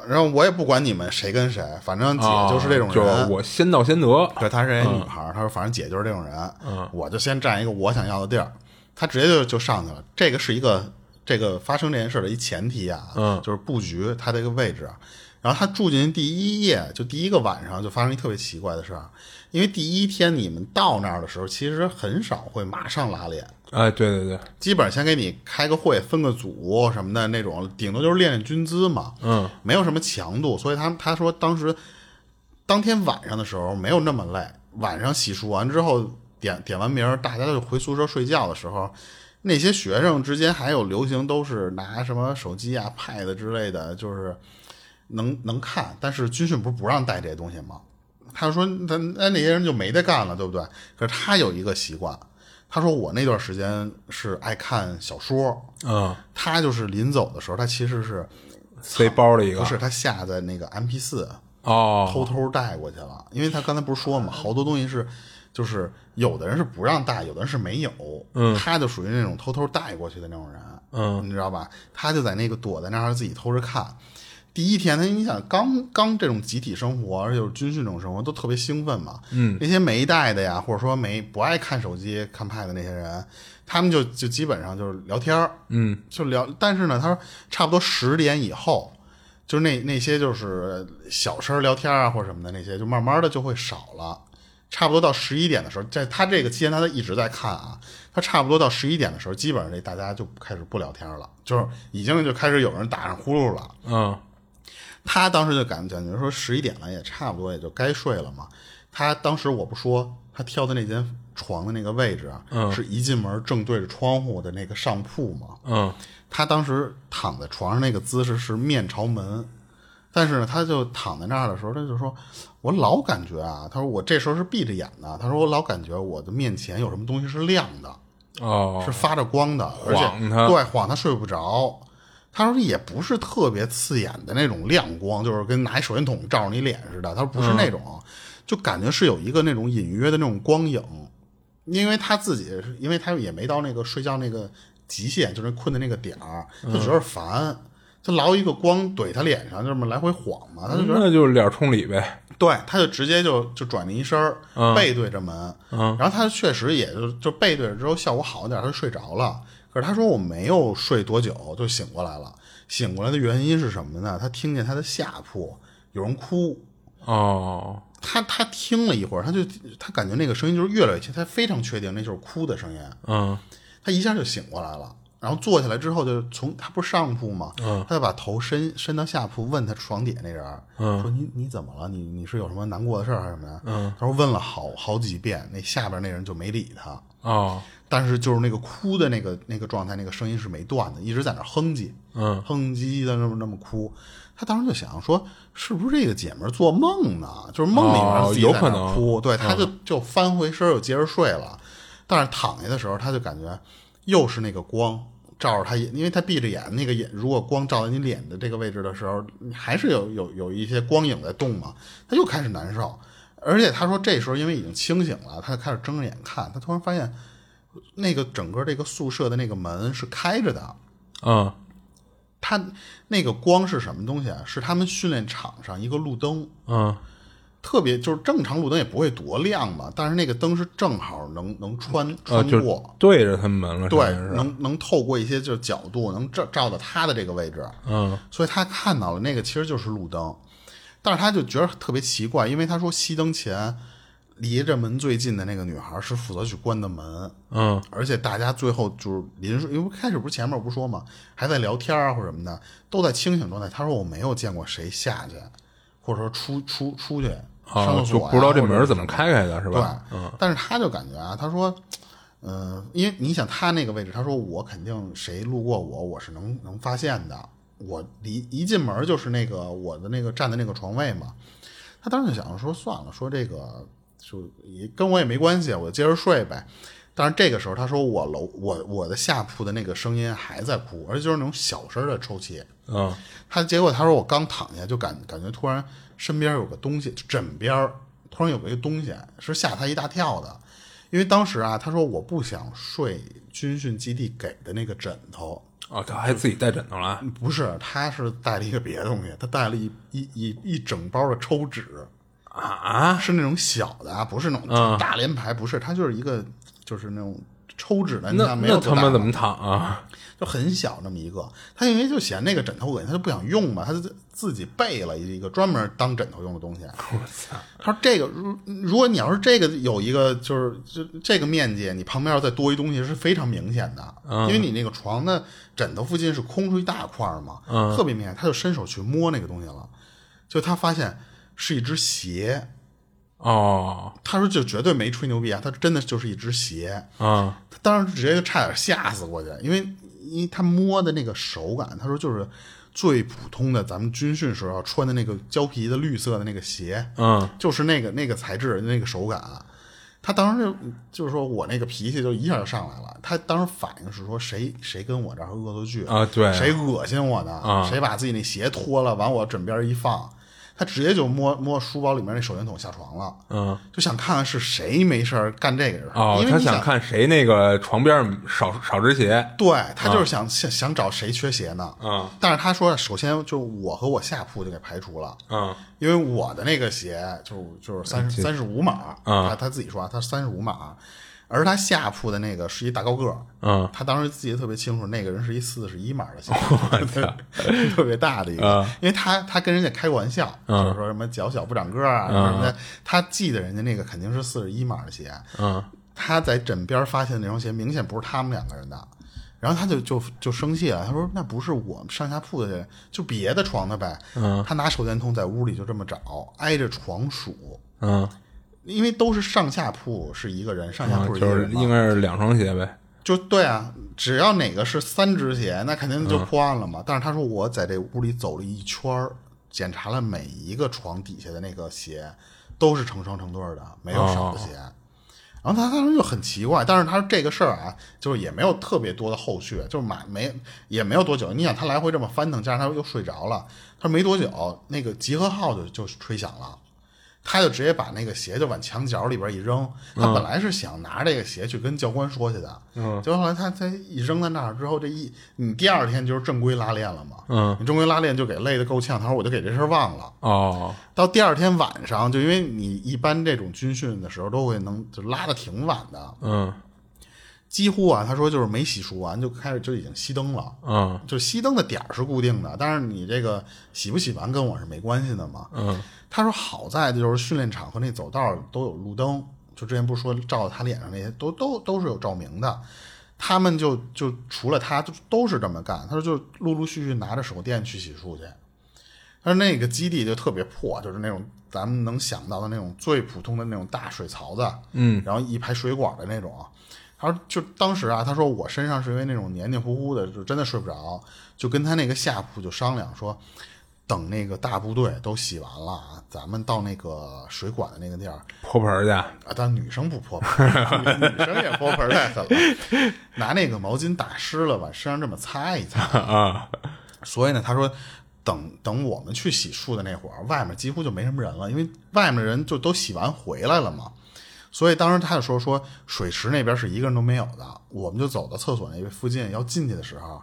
Speaker 2: 然后我也不管你们谁跟谁，反正姐
Speaker 3: 啊
Speaker 2: 哦就是这种人。
Speaker 3: 就我先到先得。
Speaker 2: 对，她是一
Speaker 3: 嗯
Speaker 2: 女孩儿，她说反正姐就是这种人，我就先占一个我想要的地儿，她直接就就上去了。这个是一个这个发生这件事的一前提啊，
Speaker 3: 嗯
Speaker 2: 就是布局她的一个位置。啊然后她住进第一夜，就第一个晚上就发生一特别奇怪的事儿，啊因为第一天你们到那儿的时候，其实很少会马上拉练，
Speaker 3: 哎，对对对，
Speaker 2: 基本上先给你开个会，分个组什么的那种，顶多就是练练军姿嘛，
Speaker 3: 嗯，
Speaker 2: 没有什么强度，所以他他说当时当天晚上的时候没有那么累，晚上洗漱完之后点点完名儿，大家就回宿舍睡觉的时候，那些学生之间还有流行都是拿什么手机啊、pad 之类的，就是能 [LAUGHS] 能看，但是军训不是不让带这些东西吗？他说他那那些人就没得干了，对不对？可是他有一个习惯，他说我那段时间是爱看小说，
Speaker 3: 嗯，
Speaker 2: 他就是临走的时候，他其实是
Speaker 3: 塞包里一个，
Speaker 2: 不是他下载那个 MP 四偷
Speaker 3: 哦，
Speaker 2: 偷带过去了？因为他刚才不是说嘛，好多东西是就是有的人是不让带，有的人是没有，嗯，他就属于那种偷偷带过去的那种人，嗯，你知道吧？他就在那个躲在那儿自己偷着看。第一天，他你想刚刚这种集体生活，而且就是军训这种生活，都特别兴奋嘛。嗯，那些没带的呀，或者说没不爱看手机、看 pad 的那些人，他们就就基本上就是聊天嗯，就聊。但是呢，他说差不多十点以后，就是那那些就是小声聊天啊或者什么的那些，就慢慢的就会少了。差不多到十一点的时候，在他这个期间，他一直在看啊。他差不多到十一点的时候，基本上这大家就开始不聊天了，就是已经就开始有人打上呼噜了。
Speaker 3: 嗯
Speaker 2: 他当时就感感觉说十一点了，也差不多也就该睡了嘛。他当时我不说，他挑的那间床的那个位置啊，是一进门正对着窗户的那个上铺嘛。
Speaker 3: 嗯，
Speaker 2: 他当时躺在床上那个姿势是面朝门，但是呢，他就躺在那儿的时候，他就说：“我老感觉啊，他说我这时候是闭着眼的，他说我老感觉我的面前有什么东西是亮的，
Speaker 3: 哦，
Speaker 2: 是发着光的，而且
Speaker 3: 晃他
Speaker 2: 对晃他睡不着。”他说也不是特别刺眼的那种亮光，就是跟拿一手电筒照着你脸似的。他说不是那种，
Speaker 3: 嗯
Speaker 2: 就感觉是有一个那种隐约的那种光影。因为他自己是，因为他也没到那个睡觉那个极限，就是困的那个点儿，他觉
Speaker 3: 嗯
Speaker 2: 得烦，他老有一个光怼他脸上，就这么来回晃嘛，他就觉得、
Speaker 3: 那就是脸冲里呗。
Speaker 2: 对，他就直接就就转了一身儿，背对着门，然后他确实也就就背对着之后效果好一点，他就睡着了。可是他说我没有睡多久就醒过来了，醒过来的原因是什么呢？他听见他的下铺有人哭，
Speaker 3: 哦，
Speaker 2: 他他听了一会儿，他就他感觉那个声音就是越来越轻，他非常确定那就是哭的声音。
Speaker 3: 嗯
Speaker 2: 他一下就醒过来了，然后坐起来之后就从他不是上铺嘛，他就把头伸伸到下铺，问他床底下那人儿，说你你怎么了？你你是有什么难过的事儿还是什么呀？他说问了好好几遍，那下边那人就没理他，
Speaker 3: 哦，
Speaker 2: 但是就是那个哭的那个那个状态，那个声音是没断的，一直在那儿哼唧，
Speaker 3: 嗯
Speaker 2: 哼唧的那么那么哭。他当时就想说，是不是这个姐们儿做梦呢？就是梦里面
Speaker 3: 哦
Speaker 2: 自己在那
Speaker 3: 有可
Speaker 2: 儿
Speaker 3: 能嗯
Speaker 2: 哭，对，他就就翻回身儿又接着睡了。但是躺下的时候，他就感觉又是那个光照着他眼，因为他闭着眼，那个眼如果光照在你脸的这个位置的时候，还是有有有一些光影在动嘛，他又开始难受。而且他说这时候因为已经清醒了，他就开始睁着眼看，他突然发现那个整个这个宿舍的那个门是开着的，啊
Speaker 3: 嗯
Speaker 2: 它那个光是什么东西啊？是他们训练场上一个路灯，
Speaker 3: 嗯
Speaker 2: 特别就是正常路灯也不会多亮嘛，但是那个灯是正好能能穿
Speaker 3: 呃，
Speaker 2: 穿
Speaker 3: 就
Speaker 2: 过，
Speaker 3: 对着他们门了，
Speaker 2: 对
Speaker 3: 相当于，是
Speaker 2: 能能透过一些就是角度能照照到他的这个位置，
Speaker 3: 嗯
Speaker 2: 所以他看到了那个其实就是路灯，但是他就觉得特别奇怪，因为他说熄灯前离着门最近的那个女孩是负责去关的门，
Speaker 3: 嗯，
Speaker 2: 而且大家最后就是临睡，因为开始不是前面不是说嘛，还在聊天啊或者什么的，都在清醒状态。他说我没有见过谁下去，或者说出出出去上
Speaker 3: 啊，
Speaker 2: 厕
Speaker 3: 就
Speaker 2: 所、啊，
Speaker 3: 不知道这
Speaker 2: 或者
Speaker 3: 门
Speaker 2: 是
Speaker 3: 怎么开开的，是吧？嗯
Speaker 2: 对，但是他就感觉啊，他说，呃，因为你想他那个位置，他说我肯定谁路过我，我是能能发现的。我离一进门就是那个我的那个站的那个床位嘛。他当时就想说算了，说这个就也跟我也没关系，我接着睡呗。但是这个时候，他说我楼我我的下铺的那个声音还在哭，而且就是那种小声的抽泣。
Speaker 3: 嗯，
Speaker 2: 他结果他说我刚躺下就感感觉突然身边有个东西，枕边儿突然有个一东西，是吓他一大跳的。因为当时啊，他说我不想睡军训基地给的那个枕头，
Speaker 3: 哦，他还自己带枕头来，
Speaker 2: 不是，他是带了一个别的东西，他带了一一一一整包的抽纸啊，是那种小的啊，不是那
Speaker 3: 嗯
Speaker 2: 种大连排，不是，它就是一个就是那种抽纸的，你
Speaker 3: 那
Speaker 2: 看没有
Speaker 3: 那
Speaker 2: 多
Speaker 3: 他
Speaker 2: 大
Speaker 3: 妈
Speaker 2: 嘛
Speaker 3: 怎么躺啊？
Speaker 2: 就很小那么一个。他因为就嫌那个枕头恶心，他就不想用嘛，他就自己备了一个专门当枕头用的东西。
Speaker 3: 我操！
Speaker 2: 他说这个，如如果你要是这个有一个就是这这个面积，你旁边要再多一东西是非常明显的，
Speaker 3: 嗯
Speaker 2: 因为你那个床的枕头附近是空出一大块儿嘛，
Speaker 3: 嗯
Speaker 2: 特别明显。他就伸手去摸那个东西了，就他发现是一只鞋。
Speaker 3: 哦，
Speaker 2: 他说：“就绝对没吹牛逼啊，他真的就是一只鞋。
Speaker 3: 啊，
Speaker 2: 他当时直接就差点吓死过去，因为因为他摸的那个手感，他说就是最普通的咱们军训时候穿的那个胶皮的绿色的那个鞋，
Speaker 3: 嗯，
Speaker 2: 就是那个那个材质那个手感。他当时就就是说我那个脾气就一下就上来了，他当时反应是说谁谁跟我这儿恶作剧
Speaker 3: 啊对啊
Speaker 2: 谁恶心我呢？
Speaker 3: 啊
Speaker 2: 谁把自己那鞋脱了往我枕边一放，他直接就摸摸书包里面那手电筒下床了，
Speaker 3: 嗯，
Speaker 2: 就想看看是谁没事儿干这个事儿，
Speaker 3: 哦
Speaker 2: 因，为
Speaker 3: 他
Speaker 2: 你想
Speaker 3: 看谁那个床边儿少少只鞋，
Speaker 2: 对他就是想、想想找谁缺鞋呢。
Speaker 3: 嗯，
Speaker 2: 但是他说，首先就我和我下铺就给排除了，
Speaker 3: 嗯，
Speaker 2: 因为我的那个鞋就就是三十三十五码，
Speaker 3: 嗯
Speaker 2: 他他自己说啊，他三十五码，而他下铺的那个是一大高个儿，
Speaker 3: 嗯，
Speaker 2: 他当时记得特别清楚，那个人是一四十一码
Speaker 3: [LAUGHS]
Speaker 2: 的鞋，
Speaker 3: 操
Speaker 2: [LAUGHS] 特别大的一个，
Speaker 3: 嗯
Speaker 2: 因为他他跟人家开过玩笑，
Speaker 3: 嗯
Speaker 2: 就是说什么脚小不长个儿啊、什么的，他记得人家那个肯定是四十一码的鞋，
Speaker 3: 嗯，
Speaker 2: 他在枕边发现那双鞋明显不是他们两个人的，然后他就就就生气了，他说那不是我们上下铺的人，就别的床的呗，嗯，他拿手电筒在屋里就这么找，挨着床数，
Speaker 3: 嗯，
Speaker 2: 因为都是上下铺是一个人，上下
Speaker 3: 啊
Speaker 2: 铺一
Speaker 3: 就
Speaker 2: 个
Speaker 3: 是
Speaker 2: 人嘛，
Speaker 3: 应该是两双鞋呗，
Speaker 2: 就对啊，只要哪个是三只鞋，那肯
Speaker 3: 嗯
Speaker 2: 定就破案了嘛。但是他说我在这屋里走了一圈儿，检查了每一个床底下的那个鞋，都是成双成对儿的，没有少
Speaker 3: 哦
Speaker 2: 的鞋。然后他当时就很奇怪，但是他这个事儿啊，就是也没有特别多的后续，就是买没也没有多久。你想他来回这么翻腾，加上他又睡着了，他说没多久那个集合号就就吹响了。他就直接把那个鞋就往墙角里边一扔。他本来是想拿这个鞋去跟教官说去的，嗯，结果后来他他一扔在那儿之后，这一你第二天就是正规拉练了嘛，
Speaker 3: 嗯，
Speaker 2: 你正规拉练就给累得够呛。他说我就给这事儿忘了。
Speaker 3: 哦，
Speaker 2: 到第二天晚上，就因为你一般这种军训的时候都会能就拉的挺晚的，
Speaker 3: 嗯
Speaker 2: 几乎啊，他说就是没洗漱完就开始就已经熄灯了。
Speaker 3: 嗯
Speaker 2: 就熄灯的点儿是固定的，但是你这个洗不洗完跟我是没关系的嘛。
Speaker 3: 嗯，
Speaker 2: 他说好在就是训练场和那走道儿都有路灯，就之前不是说照他脸上那些都都都是有照明的。他们就就除了他就都是这么干，他说就陆陆续续拿着手电去洗漱去。他说那个基地就特别破，就是那种咱们能想到的那种最普通的那种大水槽子，嗯，然后一排水管的那种。他说就当时啊，他说我身上是因为那种黏黏糊糊的，就真的睡不着，就跟他那个下铺就商量说，等那个大部队都洗完了啊，咱们到那个水管的那个地儿，
Speaker 3: 泼盆儿去， [LAUGHS]
Speaker 2: 啊，但女生不泼盆儿， [LAUGHS] 女生也泼盆儿太狠了， [LAUGHS] 拿那个毛巾打湿了，往身上这么擦一擦。
Speaker 3: 啊，
Speaker 2: 所以呢，他说，等等我们去洗漱的那会儿，外面几乎就没什么人了，因为外面的人就都洗完回来了嘛。所以当时他就说说水池那边是一个人都没有的，我们就走到厕所那边附近要进去的时候，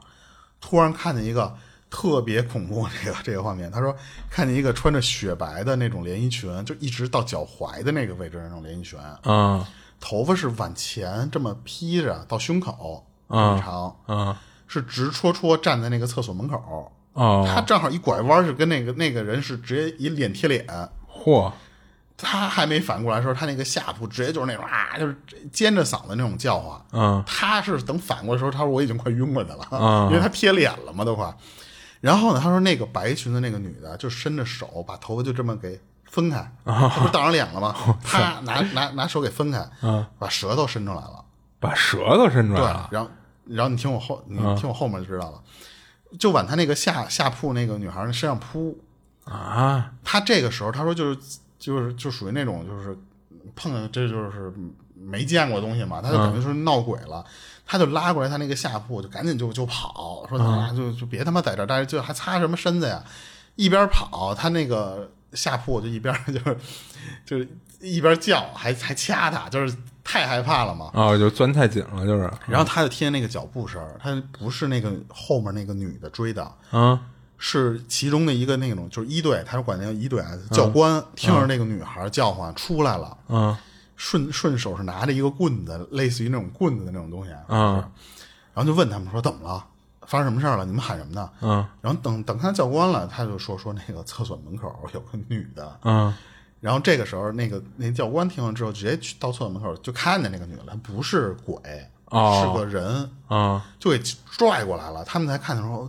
Speaker 2: 突然看见一个特别恐怖的这个这个画面。他说看见一个穿着雪白的那种连衣裙，就一直到脚踝的那个位置的那种连衣裙，
Speaker 3: 嗯
Speaker 2: 头发是往前这么披着到胸口，这么长，
Speaker 3: 嗯
Speaker 2: 是直戳戳站在那个厕所门口。
Speaker 3: 哦，
Speaker 2: 他正好一拐弯，是跟那个那个人是直接一脸贴脸。
Speaker 3: 嚯，
Speaker 2: 他还没反过来的时候，他那个下铺直接就是那种啊，就是尖着嗓子那种叫唤。
Speaker 3: 嗯
Speaker 2: 他是等反过来的时候，他说我已经快晕过去了，
Speaker 3: 啊
Speaker 2: 因为他贴脸了嘛，都快。然后呢，他说那个白裙子那个女的就伸着手把头发就这么给分开，她不是当上脸了
Speaker 3: [LAUGHS]
Speaker 2: 吗？
Speaker 3: 哦
Speaker 2: 她拿拿拿手给分开，
Speaker 3: 啊
Speaker 2: 把舌头伸出来了。
Speaker 3: 把舌头伸出来
Speaker 2: 对
Speaker 3: 了，，
Speaker 2: 然后然后你听我后，你
Speaker 3: 啊
Speaker 2: 听我后面就知道了，就往他那个下下铺那个女孩儿身上扑。
Speaker 3: 啊，
Speaker 2: 他这个时候他说就是就是就属于那种就是碰见这就是没见过的东西嘛，他就等于是闹鬼了，他就拉过来他那个下铺就赶紧就就跑，说咱俩就就别他妈在这儿待着，就还擦什么身子呀？一边跑，他那个下铺就一边就是就是一边叫，还还掐他，就是太害怕了嘛。
Speaker 3: 哦，就钻太紧了，就是，
Speaker 2: 然后他就听见那个脚步声儿，他不是那个后面那个女的追的，
Speaker 3: 啊
Speaker 2: 是其中的一个那种就是一队，他说管那叫一队啊，教官、听着那个女孩叫唤出来了，
Speaker 3: 啊
Speaker 2: 顺顺手是拿着一个棍子，类似于那种棍子的那种东西啊，
Speaker 3: 啊
Speaker 2: 然后就问他们说怎么了，发生什么事儿了，你们喊什么呢？
Speaker 3: 啊
Speaker 2: 然后等等看教官了，他就说说那个厕所门口有个女的，
Speaker 3: 啊
Speaker 2: 然后这个时候那个那教官听了之后，直接去到厕所门口就看见那个女的，她不是鬼，
Speaker 3: 哦
Speaker 2: 是个人，
Speaker 3: 啊
Speaker 2: 就给拽过来了。他们才看的时候，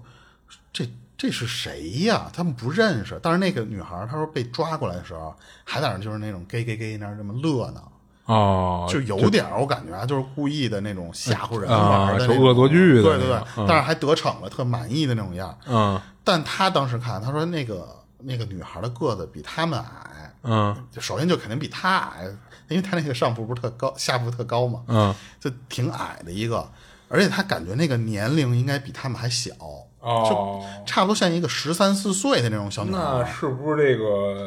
Speaker 2: 这这是谁呀？他们不认识。但是那个女孩儿，她说被抓过来的时候，还在那儿就是那种 gay gay gay 那儿这么乐呢，
Speaker 3: 哦，
Speaker 2: 就有点儿我感觉啊，就是故意的那种吓唬人
Speaker 3: 啊
Speaker 2: 玩儿的那种、
Speaker 3: 就恶作剧的
Speaker 2: 对对
Speaker 3: 那
Speaker 2: 对
Speaker 3: 种。
Speaker 2: 但是还得逞了，特满意的那种样儿。
Speaker 3: 嗯
Speaker 2: 但他当时看，他说那个那个女孩的个子比他们矮，
Speaker 3: 嗯
Speaker 2: 就首先就肯定比他矮，因为他那个上铺不是特高，下铺特高嘛，
Speaker 3: 嗯，
Speaker 2: 就挺矮的一个，而且他感觉那个年龄应该比他们还小，
Speaker 3: 哦，
Speaker 2: 差不多像一个十三四岁的那种小女
Speaker 3: 那
Speaker 2: 孩。
Speaker 3: 是不是这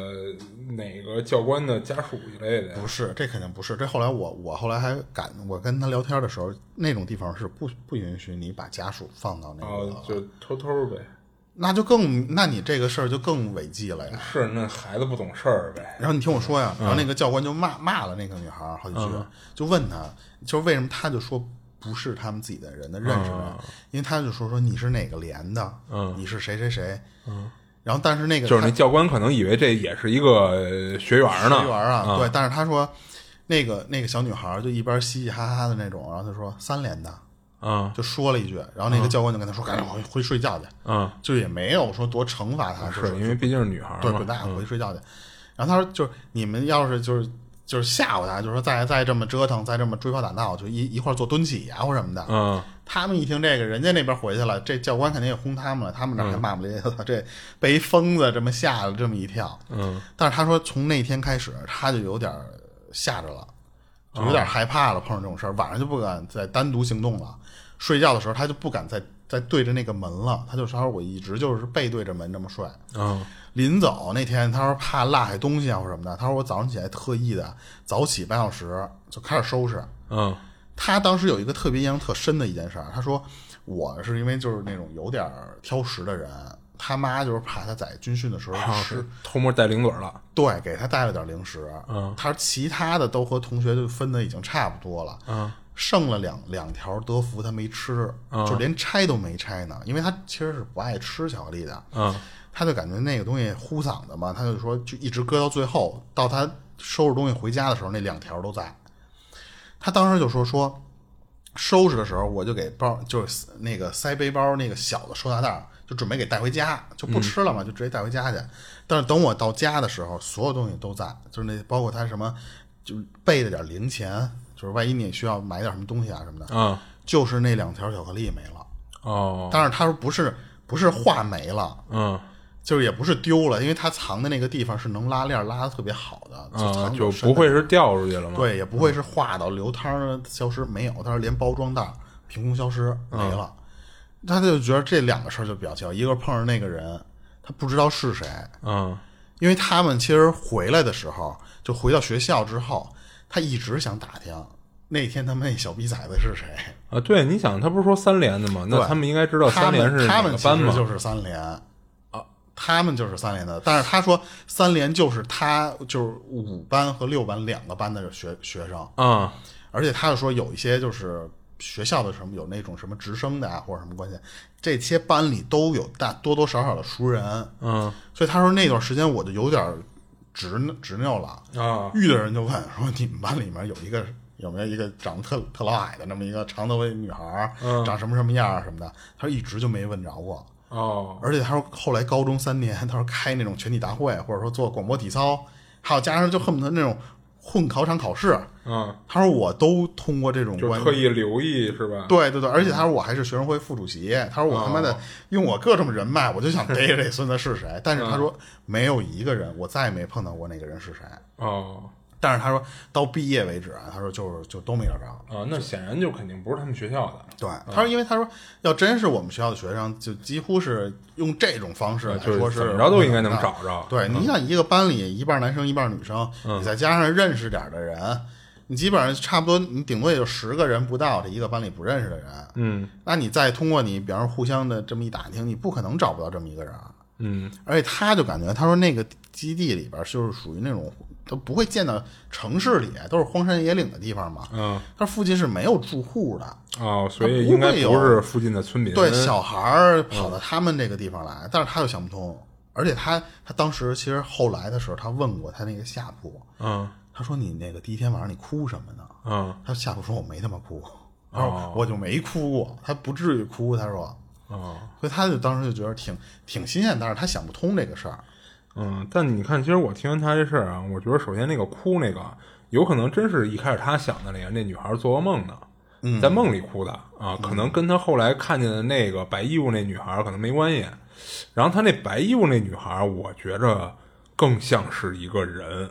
Speaker 3: 个哪个教官的家属一类的呀
Speaker 2: 不？是，这肯定不是。这后来我我后来还敢，我跟他聊天的时候，那种地方是不不允许你把家属放到那个，
Speaker 3: 哦，就偷偷呗，
Speaker 2: 那就更，那你这个事儿就更违纪了呀。
Speaker 3: 是那孩子不懂事儿呗，
Speaker 2: 然后你听我说
Speaker 3: 嗯
Speaker 2: 呀，然后那个教官就骂骂了那个女孩儿好几句，就问她，就是为什么她就说不是他们自己的人的认识人，
Speaker 3: 嗯
Speaker 2: 因为她就说说你是哪个连的，你是谁谁谁，然后但是那个
Speaker 3: 嗯就是那
Speaker 2: 她
Speaker 3: 教官可能以为这也是一个呃学员呢，嗯
Speaker 2: 学员啊，对，但是她说那个那个小女孩儿就一边嘻嘻哈哈的那种，然后她说三连的，
Speaker 3: 啊
Speaker 2: 就说了一句，然后
Speaker 3: 嗯
Speaker 2: 那个教官就跟她说赶紧回回睡觉去，
Speaker 3: 啊，
Speaker 2: 就也没有说多惩罚她，就是
Speaker 3: 因为毕竟是嗯女孩儿
Speaker 2: 对，
Speaker 3: 嘛
Speaker 2: 滚，蛋，回去睡觉去。然后他说，就是你们要是就是就是吓唬他，就是说再再这么折腾，再这么追跑打闹，就一一块儿做蹲起呀、啊或什么的。
Speaker 3: 嗯
Speaker 2: 他们一听这个，人家那边回去了，这教官肯定也轰他们了，他们这
Speaker 3: 嗯
Speaker 2: 还骂不咧咧的，这被一疯子这么吓了这么一跳。
Speaker 3: 嗯，
Speaker 2: 但是他说，从那天开始，他就有点吓着了，就有点
Speaker 3: 哦
Speaker 2: 害怕了，碰上这种事儿，晚上就不敢再单独行动了。睡觉的时候，他就不敢再再对着那个门了，他就说：“我一直就是背对着门这么睡。”
Speaker 3: 嗯
Speaker 2: 临走那天，他说怕落下东西啊或什么的，他说我早上起来特意的早起半小时就开始收拾。
Speaker 3: 嗯
Speaker 2: 他当时有一个特别印象特深的一件事儿，他说我是因为就是那种有点儿挑食的人，他妈就是怕他在军训的时候
Speaker 3: 啊，
Speaker 2: 吃，
Speaker 3: 是偷摸带零嘴儿了，
Speaker 2: 对，给他带了点零食。
Speaker 3: 嗯，
Speaker 2: 他说其他的都和同学就分的已经差不多了。
Speaker 3: 嗯，
Speaker 2: 剩了两两条德芙他没吃，就连拆都没拆呢，因为他其实是不爱吃巧克力的。
Speaker 3: 嗯
Speaker 2: 他就感觉那个东西呼嗓子嘛，他就说就一直搁到最后，到他收拾东西回家的时候，那两条都在。他当时就说说，收拾的时候我就给包就是那个塞背包那个小的收纳袋儿，就准备给带回家，就不吃了嘛，就直接带回家去。但是等我到家的时候，所有东西都在，就是那包括他什么，就是备了点零钱，就是万一你需要买点什么东西啊什么的，
Speaker 3: 嗯
Speaker 2: 就是那两条巧克力没了。
Speaker 3: 哦
Speaker 2: 但是他说不是不是话没了。
Speaker 3: 嗯
Speaker 2: 就是也不是丢了，因为它藏的那个地方是能拉链拉的特别好的，就
Speaker 3: 啊，
Speaker 2: 藏
Speaker 3: 就
Speaker 2: 有
Speaker 3: 不会是掉出去了吗？，嗯
Speaker 2: 对，也不会是化到流汤儿消失，没有，它是连包装袋儿凭空消失没
Speaker 3: 嗯
Speaker 2: 了。他就觉得这两个事儿就比较巧，一个碰上那个人，他不知道是谁，
Speaker 3: 嗯
Speaker 2: 因为他们其实回来的时候，就回到学校之后，他一直想打听那天他们那小逼崽子是谁。
Speaker 3: 啊，对，你想他不是说三连的吗？那
Speaker 2: 对
Speaker 3: 他们应该知道三连是
Speaker 2: 他
Speaker 3: 哪
Speaker 2: 们
Speaker 3: 个
Speaker 2: 他
Speaker 3: 班
Speaker 2: 们其
Speaker 3: 吗
Speaker 2: 实？就是三连啊，他们就是三连的。但是他说三连就是他就是五班和六班两个班的学学生，
Speaker 3: 啊
Speaker 2: 而且他又说有一些就是学校的什么有那种什么直升的啊或者什么关系，这些班里都有大多多少少的熟人，
Speaker 3: 嗯
Speaker 2: 所以他说那段时间我就有点执执拗了
Speaker 3: 啊
Speaker 2: 遇的人就问说：“你们班里面有一个有没有一个长得特特老矮的那么一个长头发女孩儿，
Speaker 3: 嗯
Speaker 2: 长什么什么样儿什么的？”他说一直就没问着过。
Speaker 3: 哦，
Speaker 2: 而且他说后来高中三年，他说开那种全体大会，或者说做广播体操，还有加上就恨不得那种混考场考试，
Speaker 3: 嗯，
Speaker 2: 他说我都通过这种
Speaker 3: 就
Speaker 2: 关
Speaker 3: 特意留意是吧？，
Speaker 2: 对对对，而且他说我还是学生会副主席，
Speaker 3: 嗯
Speaker 2: 他说我他妈
Speaker 3: 哦
Speaker 2: 的用我各种人脉，我就想逮着这孙子是谁。但是
Speaker 3: 嗯
Speaker 2: 他说没有一个人，我再也没碰到过那个人是谁。
Speaker 3: 哦，
Speaker 2: 但是他说到毕业为止啊，他说就是就都没找着。
Speaker 3: 啊，那显然就肯定不是他们学校的，
Speaker 2: 对，他说因为他说要真是我们学校的学生，就几乎是用这种方式来
Speaker 3: 嗯就
Speaker 2: 说
Speaker 3: 是
Speaker 2: 是
Speaker 3: 怎么着都应该能找着嗯
Speaker 2: 对，你想一个班里一半男生一半女生，你再加上认识点儿的人，你基本上差不多，你顶多也就十个人不到，这一个班里不认识的人。
Speaker 3: 嗯
Speaker 2: 那你再通过你，比方说互相的这么一打听，你不可能找不到这么一个人啊。
Speaker 3: 嗯，
Speaker 2: 而且他就感觉，他说那个基地里边就是属于那种都不会见到城市里，都是荒山野岭的地方嘛。
Speaker 3: 嗯，
Speaker 2: 他附近是没有住户的，
Speaker 3: 哦，所以应该不是附近的村民，
Speaker 2: 对，小孩儿跑到他们这个地方来，但是他又想不通。而且他他当时其实后来的时候，他问过他那个下铺，
Speaker 3: 嗯
Speaker 2: 他说你那个第一天晚上你哭什么呢？
Speaker 3: 嗯
Speaker 2: 他下铺说我没他妈哭，他说我就没哭过，他不至于哭，他说。
Speaker 3: 哦
Speaker 2: 所以他就当时就觉得挺挺新鲜，但是他想不通这个事儿。
Speaker 3: 嗯，但你看，其实我听完他这事儿啊，我觉得首先那个哭那个，有可能真是一开始他想的那个，那女孩做噩梦呢。在梦里哭的啊，可能跟他后来看见的那个白衣服那女孩可能没关系。然后他那白衣服那女孩，我觉着更像是一个人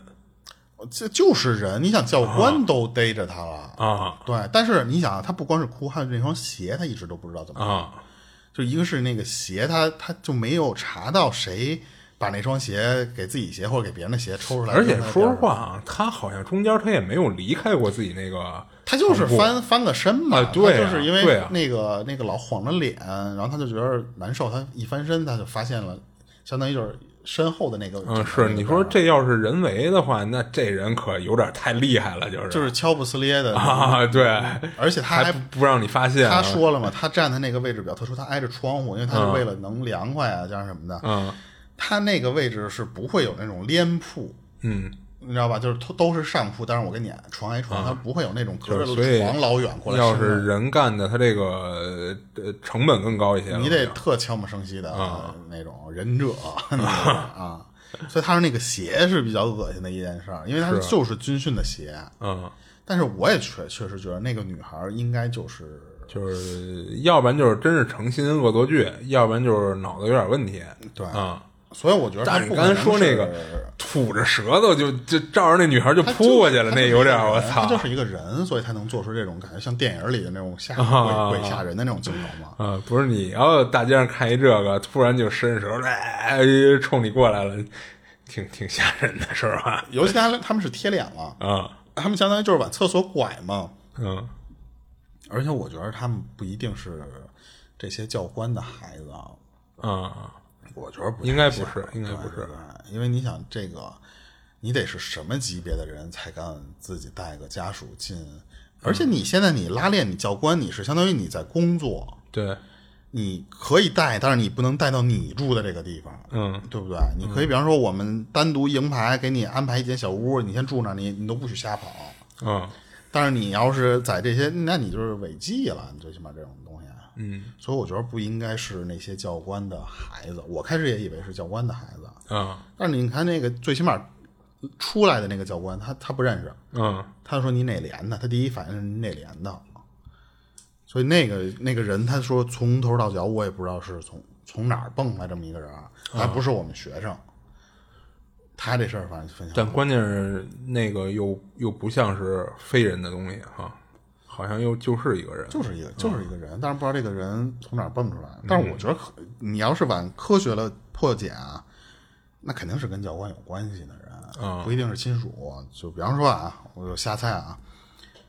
Speaker 2: 这就是人，你想教官都逮着他了。
Speaker 3: 啊
Speaker 2: 对，但是你想啊，他不光是哭，还有那双鞋，他一直都不知道怎么。
Speaker 3: 啊
Speaker 2: 就一个是那个鞋，他他就没有查到谁把那双鞋给自己鞋或者给别人的鞋抽出来。
Speaker 3: 而且
Speaker 2: 扔在
Speaker 3: 说实
Speaker 2: 地上，
Speaker 3: 话啊，他好像中间他也没有离开过自己那个，
Speaker 2: 他就是翻翻个身嘛，
Speaker 3: 啊对啊
Speaker 2: 他就是因
Speaker 3: 对
Speaker 2: 为
Speaker 3: 啊
Speaker 2: 那个、那个老晃着脸，然后他就觉得难受，他一翻身他就发现了，相当于就是身后的那个。
Speaker 3: 嗯，是你说这要是人为的话，那这人可有点太厉害了，就是
Speaker 2: 就是乔布斯列的
Speaker 3: 啊，对，
Speaker 2: 而且他还
Speaker 3: 还不不让你发现
Speaker 2: 他
Speaker 3: 啊，
Speaker 2: 说了嘛，他站的那个位置比较特殊，他挨着窗户，因为他是为了能凉快啊，加上什么的。
Speaker 3: 嗯
Speaker 2: 他那个位置是不会有那种连铺，
Speaker 3: 嗯，
Speaker 2: 你知道吧？就是都都是上铺，但是我跟你床挨床，他不会有那种
Speaker 3: 啊就
Speaker 2: 隔
Speaker 3: 是所以
Speaker 2: 着床老远过来伸
Speaker 3: 要
Speaker 2: 着。
Speaker 3: 是人干的，他这个呃成本更高一些了，啊
Speaker 2: 你得特悄无声息的、那种忍者那种啊，所以他说那个鞋是比较恶心的一件事儿，因为他
Speaker 3: 啊
Speaker 2: 就是军训的鞋。
Speaker 3: 嗯，
Speaker 2: 但是我也确确实觉得那个女孩儿应该就是
Speaker 3: 就是要不然就是真是诚心恶作剧，要不然就是脑子有点问题，
Speaker 2: 对
Speaker 3: 啊。
Speaker 2: 所以我觉得他
Speaker 3: 但
Speaker 2: 不
Speaker 3: 是你
Speaker 2: 可
Speaker 3: 刚
Speaker 2: 能
Speaker 3: 才说那个
Speaker 2: 是
Speaker 3: 吐着舌头就就照着那女孩就
Speaker 2: 他
Speaker 3: 扑过去
Speaker 2: 就
Speaker 3: 了，
Speaker 2: 是
Speaker 3: 那啊有点儿我
Speaker 2: 他
Speaker 3: 操
Speaker 2: 就是一个人，所以他能做出这种感觉，像电影里的那种吓
Speaker 3: 啊
Speaker 2: 鬼鬼吓人的那种镜头嘛。
Speaker 3: 啊！不是你要大街上看一这个，突然就伸舌头来冲你过来了，挺挺吓人的是吧？
Speaker 2: 尤其他他们是贴脸了，
Speaker 3: 啊
Speaker 2: 他们相当于就是往厕所拐嘛。
Speaker 3: 嗯
Speaker 2: 而且我觉得他们不一定是这些教官的孩子啊，
Speaker 3: 啊，
Speaker 2: 我觉得不太
Speaker 3: 应该
Speaker 2: 像啊
Speaker 3: 不是应该不
Speaker 2: 对
Speaker 3: 是
Speaker 2: 对因为你想这个，你得是什么级别的人才敢自己带个家属进？而且你现在你拉练你教官，你是相当于你在工作，
Speaker 3: 对，
Speaker 2: 你可以带，但是你不能带到你住的这个地方，
Speaker 3: 嗯，
Speaker 2: 对不对？你可以比方说我们单独营排给你安排一间小屋，你先住那儿，你你都不许瞎跑。
Speaker 3: 嗯
Speaker 2: 但是你要是在这些，那你就是违纪了，你最起码这种东西。啊
Speaker 3: 嗯
Speaker 2: 所以我觉得不应该是那些教官的孩子，我开始也以为是教官的孩子，
Speaker 3: 啊
Speaker 2: 但是你看那个最起码出来的那个教官，他他不认识，
Speaker 3: 嗯，
Speaker 2: 他说你哪连的，他第一反应是你哪连的，所以那个那个人他说从头到脚我也不知道是从从哪儿蹦出来这么一个人啊，还不是我们学生，他这事儿反正分享
Speaker 3: 但关键是那个又又不像是非人的东西哈，好像又就是一个人，
Speaker 2: 就是一个
Speaker 3: 嗯
Speaker 2: 就是一个人，但是不知道这个人从哪儿蹦出来，但是我觉得可你要是往科学了破解啊。那肯定是跟教官有关系的
Speaker 3: 嗯
Speaker 2: 人，不一定是亲属。就比方说啊，我就瞎猜啊，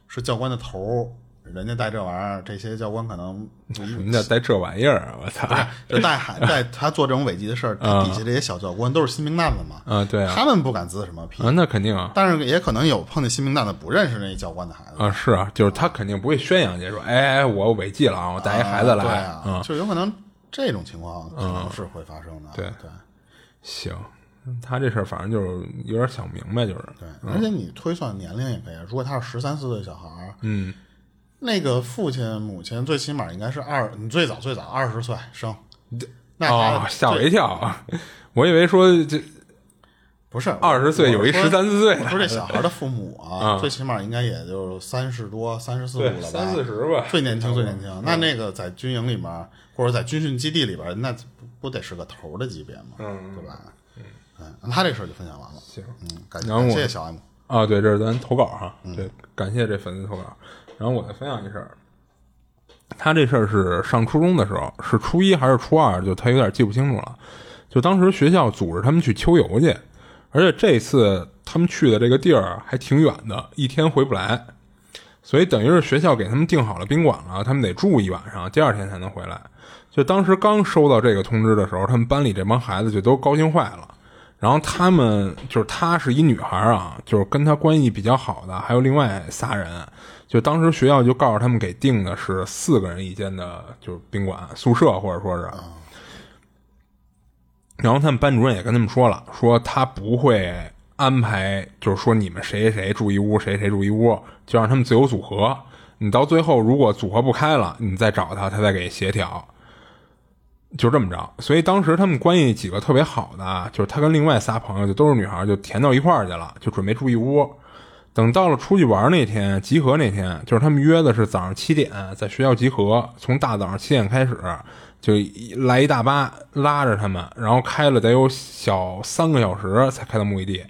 Speaker 2: 是教官的头儿，人家带这玩意儿，这些教官可能
Speaker 3: 什么叫带这玩意儿啊？我操！
Speaker 2: 就带
Speaker 3: [LAUGHS]
Speaker 2: 孩带他做这种违纪的事儿，底下这些小教官都是新兵蛋子嘛，
Speaker 3: 啊嗯对啊
Speaker 2: 他们不敢滋什么屁
Speaker 3: 啊，，那肯定啊
Speaker 2: 但是也可能有碰见新兵蛋子不认识那教官的孩子，
Speaker 3: 啊是啊，就是他肯定不会宣扬去说，哎哎，我违纪了啊，我带一孩子来
Speaker 2: 对啊，
Speaker 3: 嗯
Speaker 2: 就有可能这种情况可能是会发生的，
Speaker 3: 对
Speaker 2: 对。
Speaker 3: 行，他这事儿反正就是有点想明白，就是
Speaker 2: 对，而且你推算年龄也可以，如果他是十三四岁小孩儿，
Speaker 3: 嗯，
Speaker 2: 那个父亲母亲最起码应该是二，你最早最早二十岁生，那
Speaker 3: 哦，
Speaker 2: 他
Speaker 3: 吓我
Speaker 2: 最
Speaker 3: 一跳， [LAUGHS] 我以为说这
Speaker 2: 不是
Speaker 3: 20岁有一
Speaker 2: 我说
Speaker 3: 13岁的
Speaker 2: 我说这小孩的父母啊，最起码应该也就三十多、三十四五了吧，
Speaker 3: 三四十吧，嗯
Speaker 2: 最年轻最年轻。那那个在军营里面或者在军训基地里边，那不不得是个头儿的级别吗？
Speaker 3: 嗯
Speaker 2: 对吧？嗯，那他这事儿就分享完了。
Speaker 3: 行
Speaker 2: 嗯，感
Speaker 3: 然后
Speaker 2: 感
Speaker 3: 我
Speaker 2: 谢小 M。
Speaker 3: 啊，对，这是咱投稿哈，对，感谢这粉丝投稿。然后我再分享一事儿，他这事儿是上初中的时候，是初一还是初二，就他有点记不清楚了。就当时学校组织他们去秋游去，而且这次他们去的这个地儿还挺远的，一天回不来，所以等于是学校给他们订好了宾馆了，他们得住一晚上，第二天才能回来。就当时刚收到这个通知的时候，他们班里这帮孩子就都高兴坏了。然后他们就是她是一女孩啊，就是跟她关系比较好的还有另外仨人，就当时学校就告诉他们给订的是四个人一间的，就是宾馆宿舍或者说是。然后他们班主任也跟他们说了，说他不会安排，就是说你们谁谁谁住一屋，谁谁住一屋，就让他们自由组合。你到最后如果组合不开了，你再找他，他再给协调。就这么着，所以当时他们关系几个特别好的啊，就是他跟另外仨朋友就都是女孩，就填到一块儿去了，就准备住一屋。等到了出去玩那天，集合那天，就是他们约的是早上七点在学校集合，从大早上七点开始就一来一大巴拉着他们，然后开了得有小三个小时才开到目的地，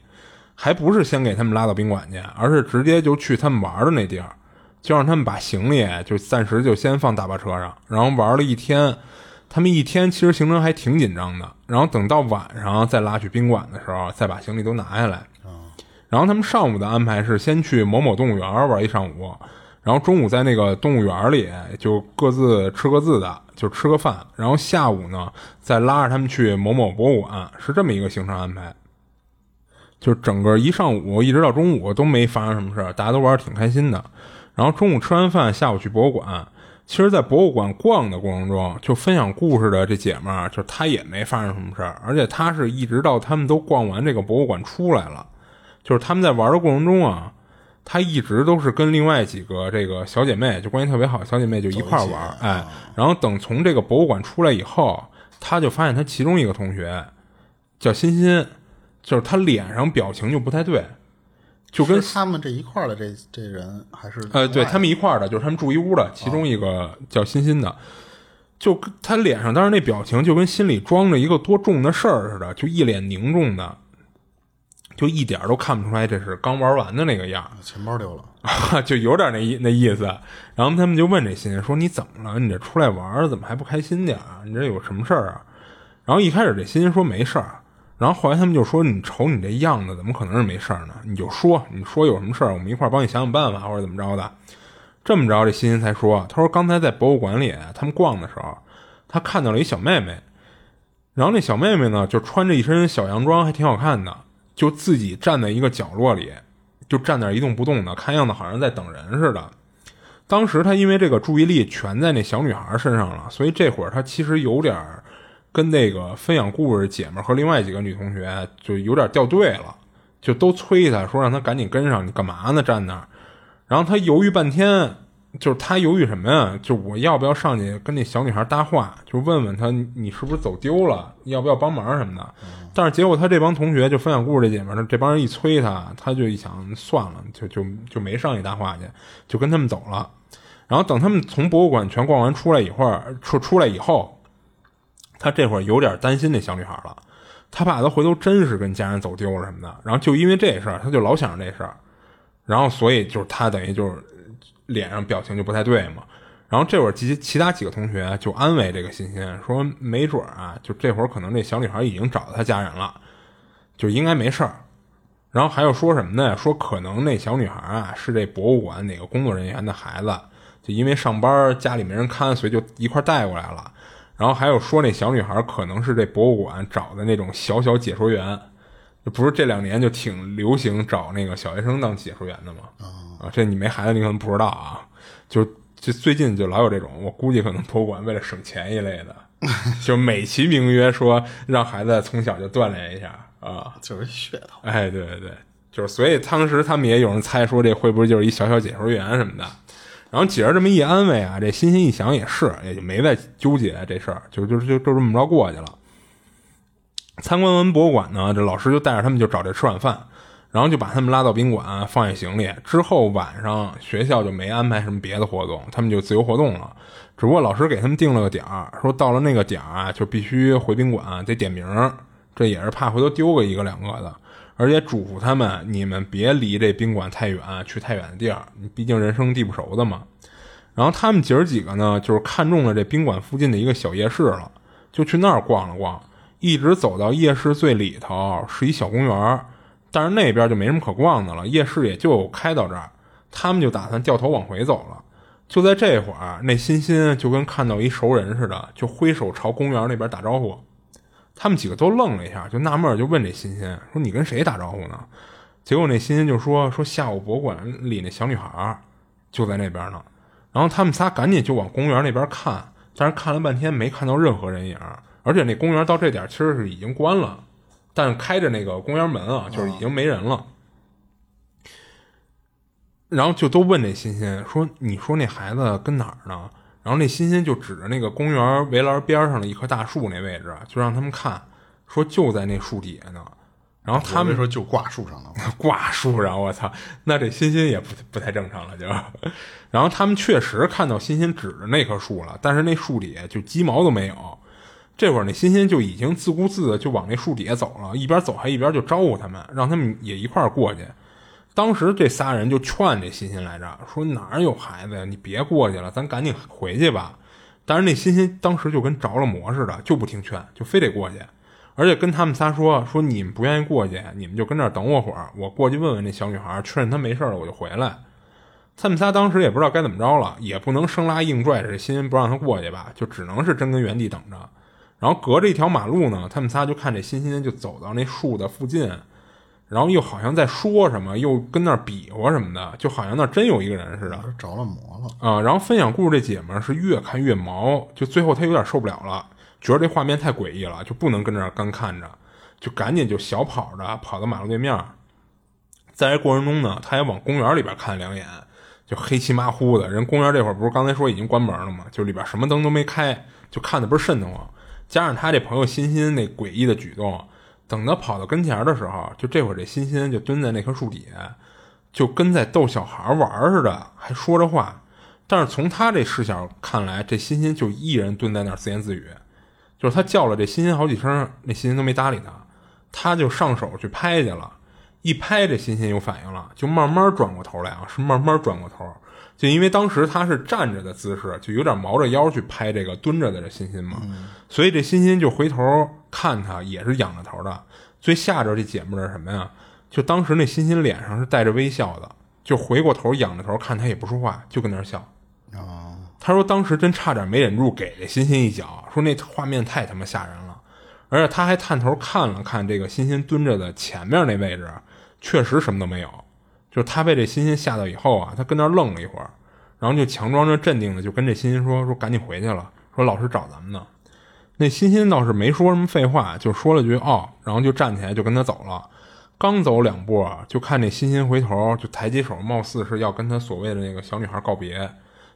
Speaker 3: 还不是先给他们拉到宾馆去，而是直接就去他们玩的那地儿，就让他们把行李就暂时就先放大巴车上，然后玩了一天。他们一天其实行程还挺紧张的，然后等到晚上再拉去宾馆的时候，再把行李都拿下来。然后他们上午的安排是先去某某动物园玩一上午，然后中午在那个动物园里就各自吃各自的，就吃个饭。然后下午呢，再拉着他们去某某博物馆，是这么一个行程安排。就是整个一上午一直到中午都没发生什么事儿，大家都玩的挺开心的。然后中午吃完饭，下午去博物馆。其实，在博物馆逛的过程中，就分享故事的这姐们儿，就她也没发生什么事儿，而且她是一直到他们都逛完这个博物馆出来了，就是他们在玩的过程中啊，她一直都是跟另外几个这个小姐妹，就关系特别好的小姐妹就一块儿玩儿，哎，然后等从这个博物馆出来以后，她就发现她其中一个同学叫欣欣，就是她脸上表情就不太对，就跟
Speaker 2: 是他们这一块儿的这这人还是
Speaker 3: 呃，对
Speaker 2: 另外
Speaker 3: 他们一块儿的，就是他们住一屋的，其中一个叫欣欣的，就跟他脸上当时那表情就跟心里装着一个多重的事儿似的，就一脸凝重的，就一点儿都看不出来这是刚玩完的那个样儿。
Speaker 2: 啊钱包丢了，
Speaker 3: [LAUGHS] 就有点那意那意思。然后他们就问这欣欣说：“你怎么了？你这出来玩儿怎么还不开心点儿啊？你这有什么事儿啊？”然后一开始这欣欣说没事儿，然后后来他们就说：“你瞅你这样子，怎么可能是没事儿呢？你就说，你说有什么事儿，我们一块儿帮你想想办法，或者怎么着的。”这么着，这欣欣才说：“他说刚才在博物馆里，他们逛的时候，他看到了一小妹妹，然后那小妹妹呢，就穿着一身小洋装，还挺好看的，就自己站在一个角落里，就站那儿一动不动的，看样子好像在等人似的。当时她因为这个注意力全在那小女孩身上了，所以这会儿她其实有点儿跟那个分享故事姐们儿和另外几个女同学就有点掉队了，就都催她说让她赶紧跟上，你干嘛呢？站那儿。然后他犹豫半天，就是他犹豫什么呀？就我要不要上去跟那小女孩搭话，就问问她你你是不是走丢了，要不要帮忙什么的。但是结果他这帮同学就分享故事这姐们儿，这帮人一催他，他就一想算了，就就就没上去搭话去，就跟他们走了。然后等他们从博物馆全逛完出来一会儿，出出来以后，他这会儿有点担心那小女孩了，他怕她回头真是跟家人走丢了什么的。然后就因为这事儿，他就老想着这事儿，然后所以就是他等于就是脸上表情就不太对嘛。然后这会儿其其他几个同学就安慰这个欣欣说，没准儿啊，就这会儿可能这小女孩已经找到她家人了，就应该没事儿。然后还有说什么呢？说可能那小女孩啊是这博物馆哪个工作人员的孩子，就因为上班家里没人看，所以就一块儿带过来了。然后还有说那小女孩可能是这博物馆找的那种小小解说员，就不是这两年就挺流行找那个小学生当解说员的嘛？啊，这你没孩子你可能不知道啊，就就最近就老有这种，我估计可能博物馆为了省钱一类的，就美其名曰说让孩子从小就锻炼一下啊。啊，
Speaker 2: 就是噱头。
Speaker 3: 哎，对对对，就是所以当时他们也有人猜说这会不会就是一小小解说员什么的。然后姐儿这么一安慰啊，这欣欣一想也是，也就没再纠结这事儿，就就就就这么着过去了。参观完博物馆呢，这老师就带着他们就找这吃晚饭，然后就把他们拉到宾馆放下行李。之后晚上学校就没安排什么别的活动，他们就自由活动了。只不过老师给他们定了个点儿，说到了那个点儿啊，就必须回宾馆得点名儿，这也是怕回头丢个一个两个的。而且嘱咐他们，你们别离这宾馆太远，啊去太远的地儿，毕竟人生地不熟的嘛。然后他们姐儿几个呢，就是看中了这宾馆附近的一个小夜市了，就去那儿逛了逛，一直走到夜市最里头，是一小公园儿，但是那边就没什么可逛的了，夜市也就开到这儿，他们就打算掉头往回走了。就在这会儿，那欣欣就跟看到一熟人似的，就挥手朝公园那边打招呼。他们几个都愣了一下，就纳闷儿，就问这欣欣说：“你跟谁打招呼呢？”结果那欣欣就说：“说下午博物馆里那小女孩儿就在那边呢。”然后他们仨赶紧就往公园那边看，但是看了半天没看到任何人影儿，而且那公园到这点儿其实是已经关了，但是开着那个公园门啊，就是已经没人了。然后就都问这欣欣说：“你说那孩子跟哪儿呢？”然后那欣欣就指着那个公园围栏边上的一棵大树那位置，就让他们看，说就在那树底下呢。然后他
Speaker 2: 他
Speaker 3: 们
Speaker 2: 们说就挂树上了，
Speaker 3: [LAUGHS] 挂树上，我操，那这欣欣也不不太正常了就。 [LAUGHS] 然后他们确实看到欣欣指着那棵树了，但是那树底下就鸡毛都没有。这会儿那欣欣就已经自顾自的就往那树底下走了，一边走还一边就招呼他们，让他们也一块儿过去。当时这仨人就劝这欣欣来着，说哪儿有孩子呀，你别过去了，咱赶紧回去吧。但是那欣欣当时就跟着了魔似的，就不听劝，就非得过去，而且跟他们仨说说你们不愿意过去，你们就跟这儿等我会儿，我过去问问那小女孩，确认她没事儿了，我就回来。他们仨当时也不知道该怎么着了，也不能生拉硬拽着这欣欣不让她过去吧，就只能是真跟原地等着。然后隔着一条马路呢，他们仨就看这欣欣就走到那树的附近，然后又好像在说什么，又跟那儿比划什么的，就好像那儿真有一个人似的。
Speaker 2: 着了魔了。
Speaker 3: 啊、然后分享故事这姐们儿是越看越毛，就最后她有点受不了了，觉得这画面太诡异了，就不能跟这儿干看着，就赶紧就小跑着跑到马路对面儿。在这过程中呢，她也往公园里边看了两眼，就黑漆麻糊的。人公园这会儿不是刚才说已经关门了吗？就里边什么灯都没开，就看的倍儿瘆得慌。加上她这朋友欣欣那诡异的举动，等她跑到跟前儿的时候，就这会儿这欣欣就蹲在那棵树底下，就跟在逗小孩玩儿似的，还说着话。但是从他这视角看来，这欣欣就一人蹲在那儿自言自语，就是他叫了这欣欣好几声，那欣欣都没搭理他，他就上手去拍去了。一拍这欣欣有反应了，就慢慢转过头来啊，是慢慢转过头，就因为当时他是站着的姿势，就有点毛着腰去拍这个蹲着的这欣欣嘛，所以这欣欣就回头看他，也是仰着头的。最吓着这姐们儿是什么呀？就当时那欣欣脸上是带着微笑的，就回过头仰着头看他，也不说话，就跟那儿笑。他说当时真差点没忍住给这欣欣一脚，说那画面太他妈吓人了。而且他还探头看了看这个欣欣蹲着的前面那位置，确实什么都没有。就是他被这欣欣吓到以后啊，他跟那儿愣了一会儿，然后就强装着镇定的就跟这欣欣说说赶紧回去了，说老师找咱们呢。那欣欣倒是没说什么废话，就说了句“哦”，然后就站起来就跟他走了。刚走两步啊，就看这欣欣回头，就抬起手，貌似是要跟他所谓的那个小女孩告别。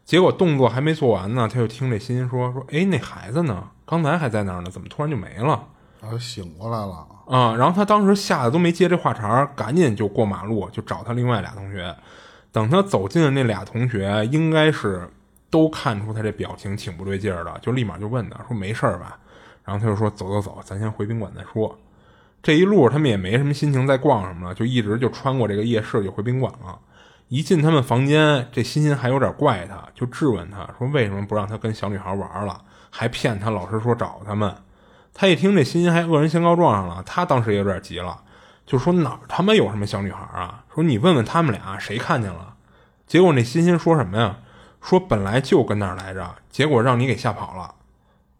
Speaker 3: 结果动作还没做完呢，他就听这欣欣说：“说哎，那孩子呢？刚才还在那儿呢，怎么突然就没了
Speaker 2: 然后醒过来了，
Speaker 3: 啊、然后他当时吓得都没接这话茬儿，赶紧就过马路，就找他另外俩同学。等他走近的那俩同学，应该是都看出他这表情挺不对劲儿的，就立马就问他说：“没事儿吧？”然后他就说：“走走走，咱先回宾馆再说。”这一路他们也没什么心情再逛什么了，就一直就穿过这个夜市就回宾馆了。一进他们房间，这欣欣还有点怪他，就质问他说为什么不让他跟小女孩玩了，还骗他老师说找他们。他一听这欣欣还恶人先告状上了，他当时也有点急了，就说哪儿他妈有什么小女孩啊？说你问问他们俩谁看见了。结果那欣欣说什么呀？说本来就跟那儿来着，结果让你给吓跑了。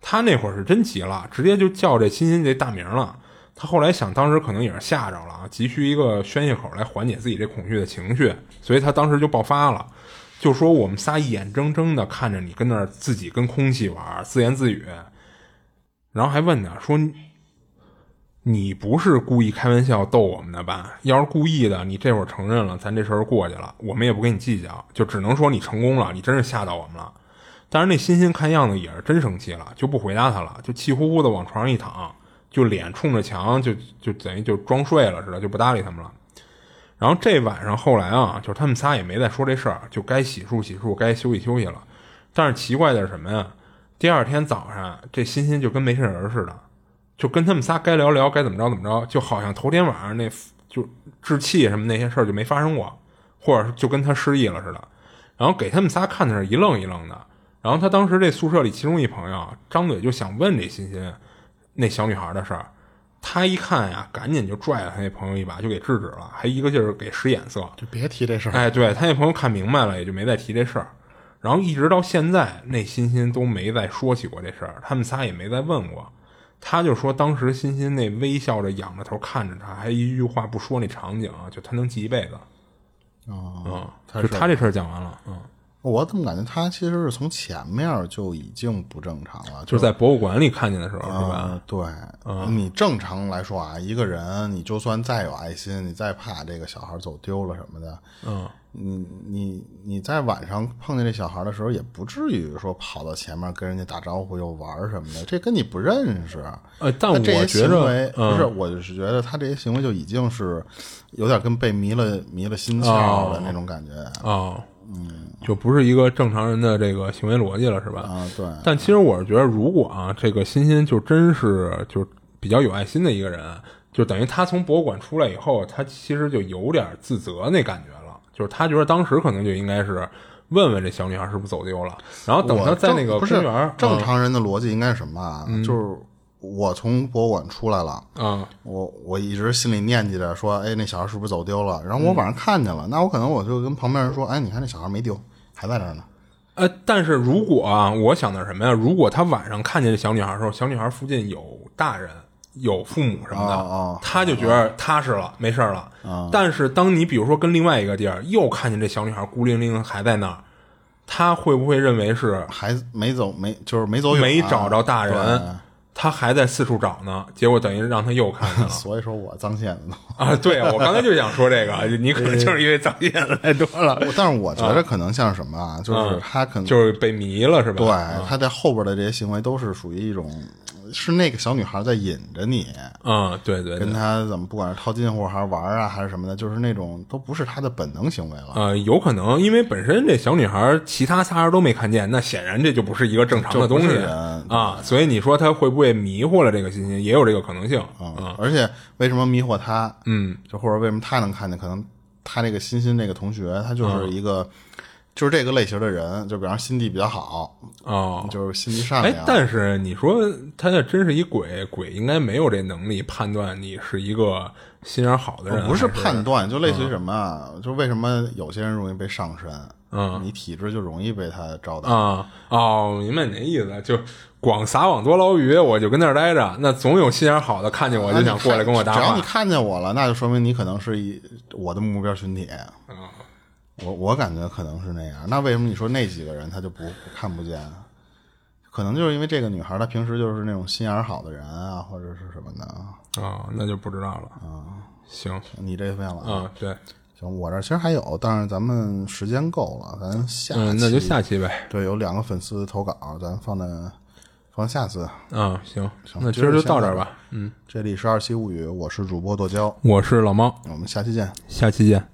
Speaker 3: 他那会儿是真急了，直接就叫这欣欣这大名了。他后来想，当时可能也是吓着了啊，急需一个宣泄口来缓解自己这恐惧的情绪，所以他当时就爆发了，就说我们仨眼睁睁的看着你跟那儿自己跟空气玩，自言自语，然后还问他说你不是故意开玩笑逗我们的吧？要是故意的，你这会儿承认了，咱这事儿过去了，我们也不跟你计较，就只能说你成功了，你真是吓到我们了。但是那欣欣看样子也是真生气了，就不回答他了，就气呼呼的往床上一躺，就脸冲着墙，就就等于就装睡了似的，就不搭理他们了。然后这晚上后来啊，就是他们仨也没再说这事儿，就该洗漱洗漱，该休息休息了。但是奇怪的是什么呀？第二天早上，这欣欣就跟没事人似的，就跟他们仨该聊聊，该怎么着怎么着，就好像头天晚上那就置气什么那些事儿就没发生过，或者是就跟他失忆了似的。然后给他们仨看的是一愣一愣的。然后他当时这宿舍里其中一朋友啊张嘴就想问这欣欣那小女孩的事儿，他一看呀，赶紧就拽了他那朋友一把，就给制止了，还一个劲儿给使眼色。
Speaker 2: 就别提这事儿。
Speaker 3: 哎，对他那朋友看明白了，也就没再提这事儿。然后一直到现在，那欣欣都没再说起过这事儿，他们仨也没再问过。他就说，当时欣欣那微笑着仰着头看着他，还一句话不说，那场景啊，就他能记一辈子。
Speaker 2: 哦，
Speaker 3: 嗯，就他这事儿讲完了，嗯，
Speaker 2: 我怎么感觉他其实是从前面就已经不正常了？
Speaker 3: 就是在博物馆里看见的时候，是
Speaker 2: 啊
Speaker 3: 吧？嗯
Speaker 2: 对，你正常来说啊，一个人你就算再有爱心，你再怕这个小孩走丢了什么的，
Speaker 3: 嗯，
Speaker 2: 你你你在晚上碰见这小孩的时候，也不至于说跑到前面跟人家打招呼又玩儿什么的，这跟你不认识。
Speaker 3: 呃，但
Speaker 2: 那这些
Speaker 3: 我觉
Speaker 2: 行为
Speaker 3: 着，嗯
Speaker 2: 不是，我就是觉得他这些行为就已经是有点跟被迷了迷了心
Speaker 3: 哦
Speaker 2: 窍的那种感觉
Speaker 3: 啊，就不是一个正常人的这个行为逻辑了，是吧？
Speaker 2: 啊，对，
Speaker 3: 但其实我是觉得，如果啊，这个欣欣就真是就比较有爱心的一个人，就等于他从博物馆出来以后，他其实就有点自责那感觉了，就是他觉得当时可能就应该是问问这小女孩是不是走丢了，然后等他
Speaker 2: 我
Speaker 3: 在
Speaker 2: 正
Speaker 3: 那个
Speaker 2: 不
Speaker 3: 公
Speaker 2: 是
Speaker 3: 园儿啊嗯
Speaker 2: 正常人的逻辑应该是什么啊？就是我从博物馆出来了，
Speaker 3: 啊
Speaker 2: 我我一直心里念记着说，哎，那小孩是不是走丢了？然后我晚上看见了，那我可能我就跟旁边人说，哎，你看那小孩没丢，还在这儿呢。
Speaker 3: 呃，但是如果啊，我想的是什么呀？如果他晚上看见这小女孩的时候，小女孩附近有大人、有父母什么的，
Speaker 2: 哦哦哦
Speaker 3: 他就觉得踏实了，没事儿了。但是当你比如说跟另外一个地儿又看见这小女孩孤零零还在那儿，他会不会认为是
Speaker 2: 还没走，没就是没走远啊、
Speaker 3: 没找着大
Speaker 2: 对
Speaker 3: 人，他还在四处找呢？结果等于让他又看见了。
Speaker 2: 所以说我脏线
Speaker 3: [LAUGHS]
Speaker 2: 呢。
Speaker 3: 啊，对啊，我刚才就想说这个，你可能就是因为脏眼
Speaker 2: [LAUGHS]
Speaker 3: 太多了，
Speaker 2: 我但是我觉得可能像是什么啊，就是他可能、
Speaker 3: 就是被迷了，是吧？
Speaker 2: 对他在后边的这些行为都是属于一种，是那个小女孩在引着你。
Speaker 3: 嗯，对对对
Speaker 2: 跟，他怎么不管是套近乎还是玩啊还是什么的，就是那种都不是他的本能行为了。
Speaker 3: 呃，有可能，因为本身这小女孩儿其他仨人都没看见，那显然这就不是一个正常的东
Speaker 2: 就不
Speaker 3: 西
Speaker 2: 是人
Speaker 3: 啊，所以你说她会不会迷惑了这个欣欣，也有这个可能性啊、
Speaker 2: 嗯，而且为什么迷惑他？嗯，就或者为什么他能看见？可能他那个欣欣这个同学，他就是一个、就是这个类型的人，就比方说心地比较好，
Speaker 3: 哦。
Speaker 2: 就是心地善
Speaker 3: 哎
Speaker 2: 良。，
Speaker 3: 但是你说她要真是一鬼，鬼应该没有这能力判断你是一个心眼好的人，
Speaker 2: 哦不是
Speaker 3: 还
Speaker 2: 判断，就类似于什么啊？就是为什么有些人容易被上身？嗯，你体质就容易被他招到。
Speaker 3: 啊、哦，明白你那意思，就广撒网多捞鱼，我就跟那儿待着，那总有心眼好的看见我
Speaker 2: 那啊
Speaker 3: 就
Speaker 2: 你
Speaker 3: 想过来
Speaker 2: 看
Speaker 3: 跟我搭
Speaker 2: 只要
Speaker 3: 话
Speaker 2: 你看见我了，那就说明你可能是一我的目标群体。
Speaker 3: 啊
Speaker 2: 我我感觉可能是那样。那为什么你说那几个人他就不看不见？可能就是因为这个女孩她平时就是那种心眼儿好的人啊，或者是什么的。
Speaker 3: 啊、那就不知道了啊。行
Speaker 2: 你这分享完了，
Speaker 3: 啊，对，
Speaker 2: 行，我这其实还有，但是咱们时间够了，咱下期、
Speaker 3: 嗯，那就下期呗。
Speaker 2: 对，有两个粉丝投稿，咱放在放下次。
Speaker 3: 啊，行，
Speaker 2: 行
Speaker 3: 那今
Speaker 2: 今
Speaker 3: 儿
Speaker 2: 儿
Speaker 3: 就
Speaker 2: 先
Speaker 3: 到这
Speaker 2: 到
Speaker 3: 儿
Speaker 2: 这儿
Speaker 3: 吧。嗯，
Speaker 2: 这里是二七物语，我是主播剁椒，
Speaker 3: 我是老猫，
Speaker 2: 我们下期见。
Speaker 3: 下期见。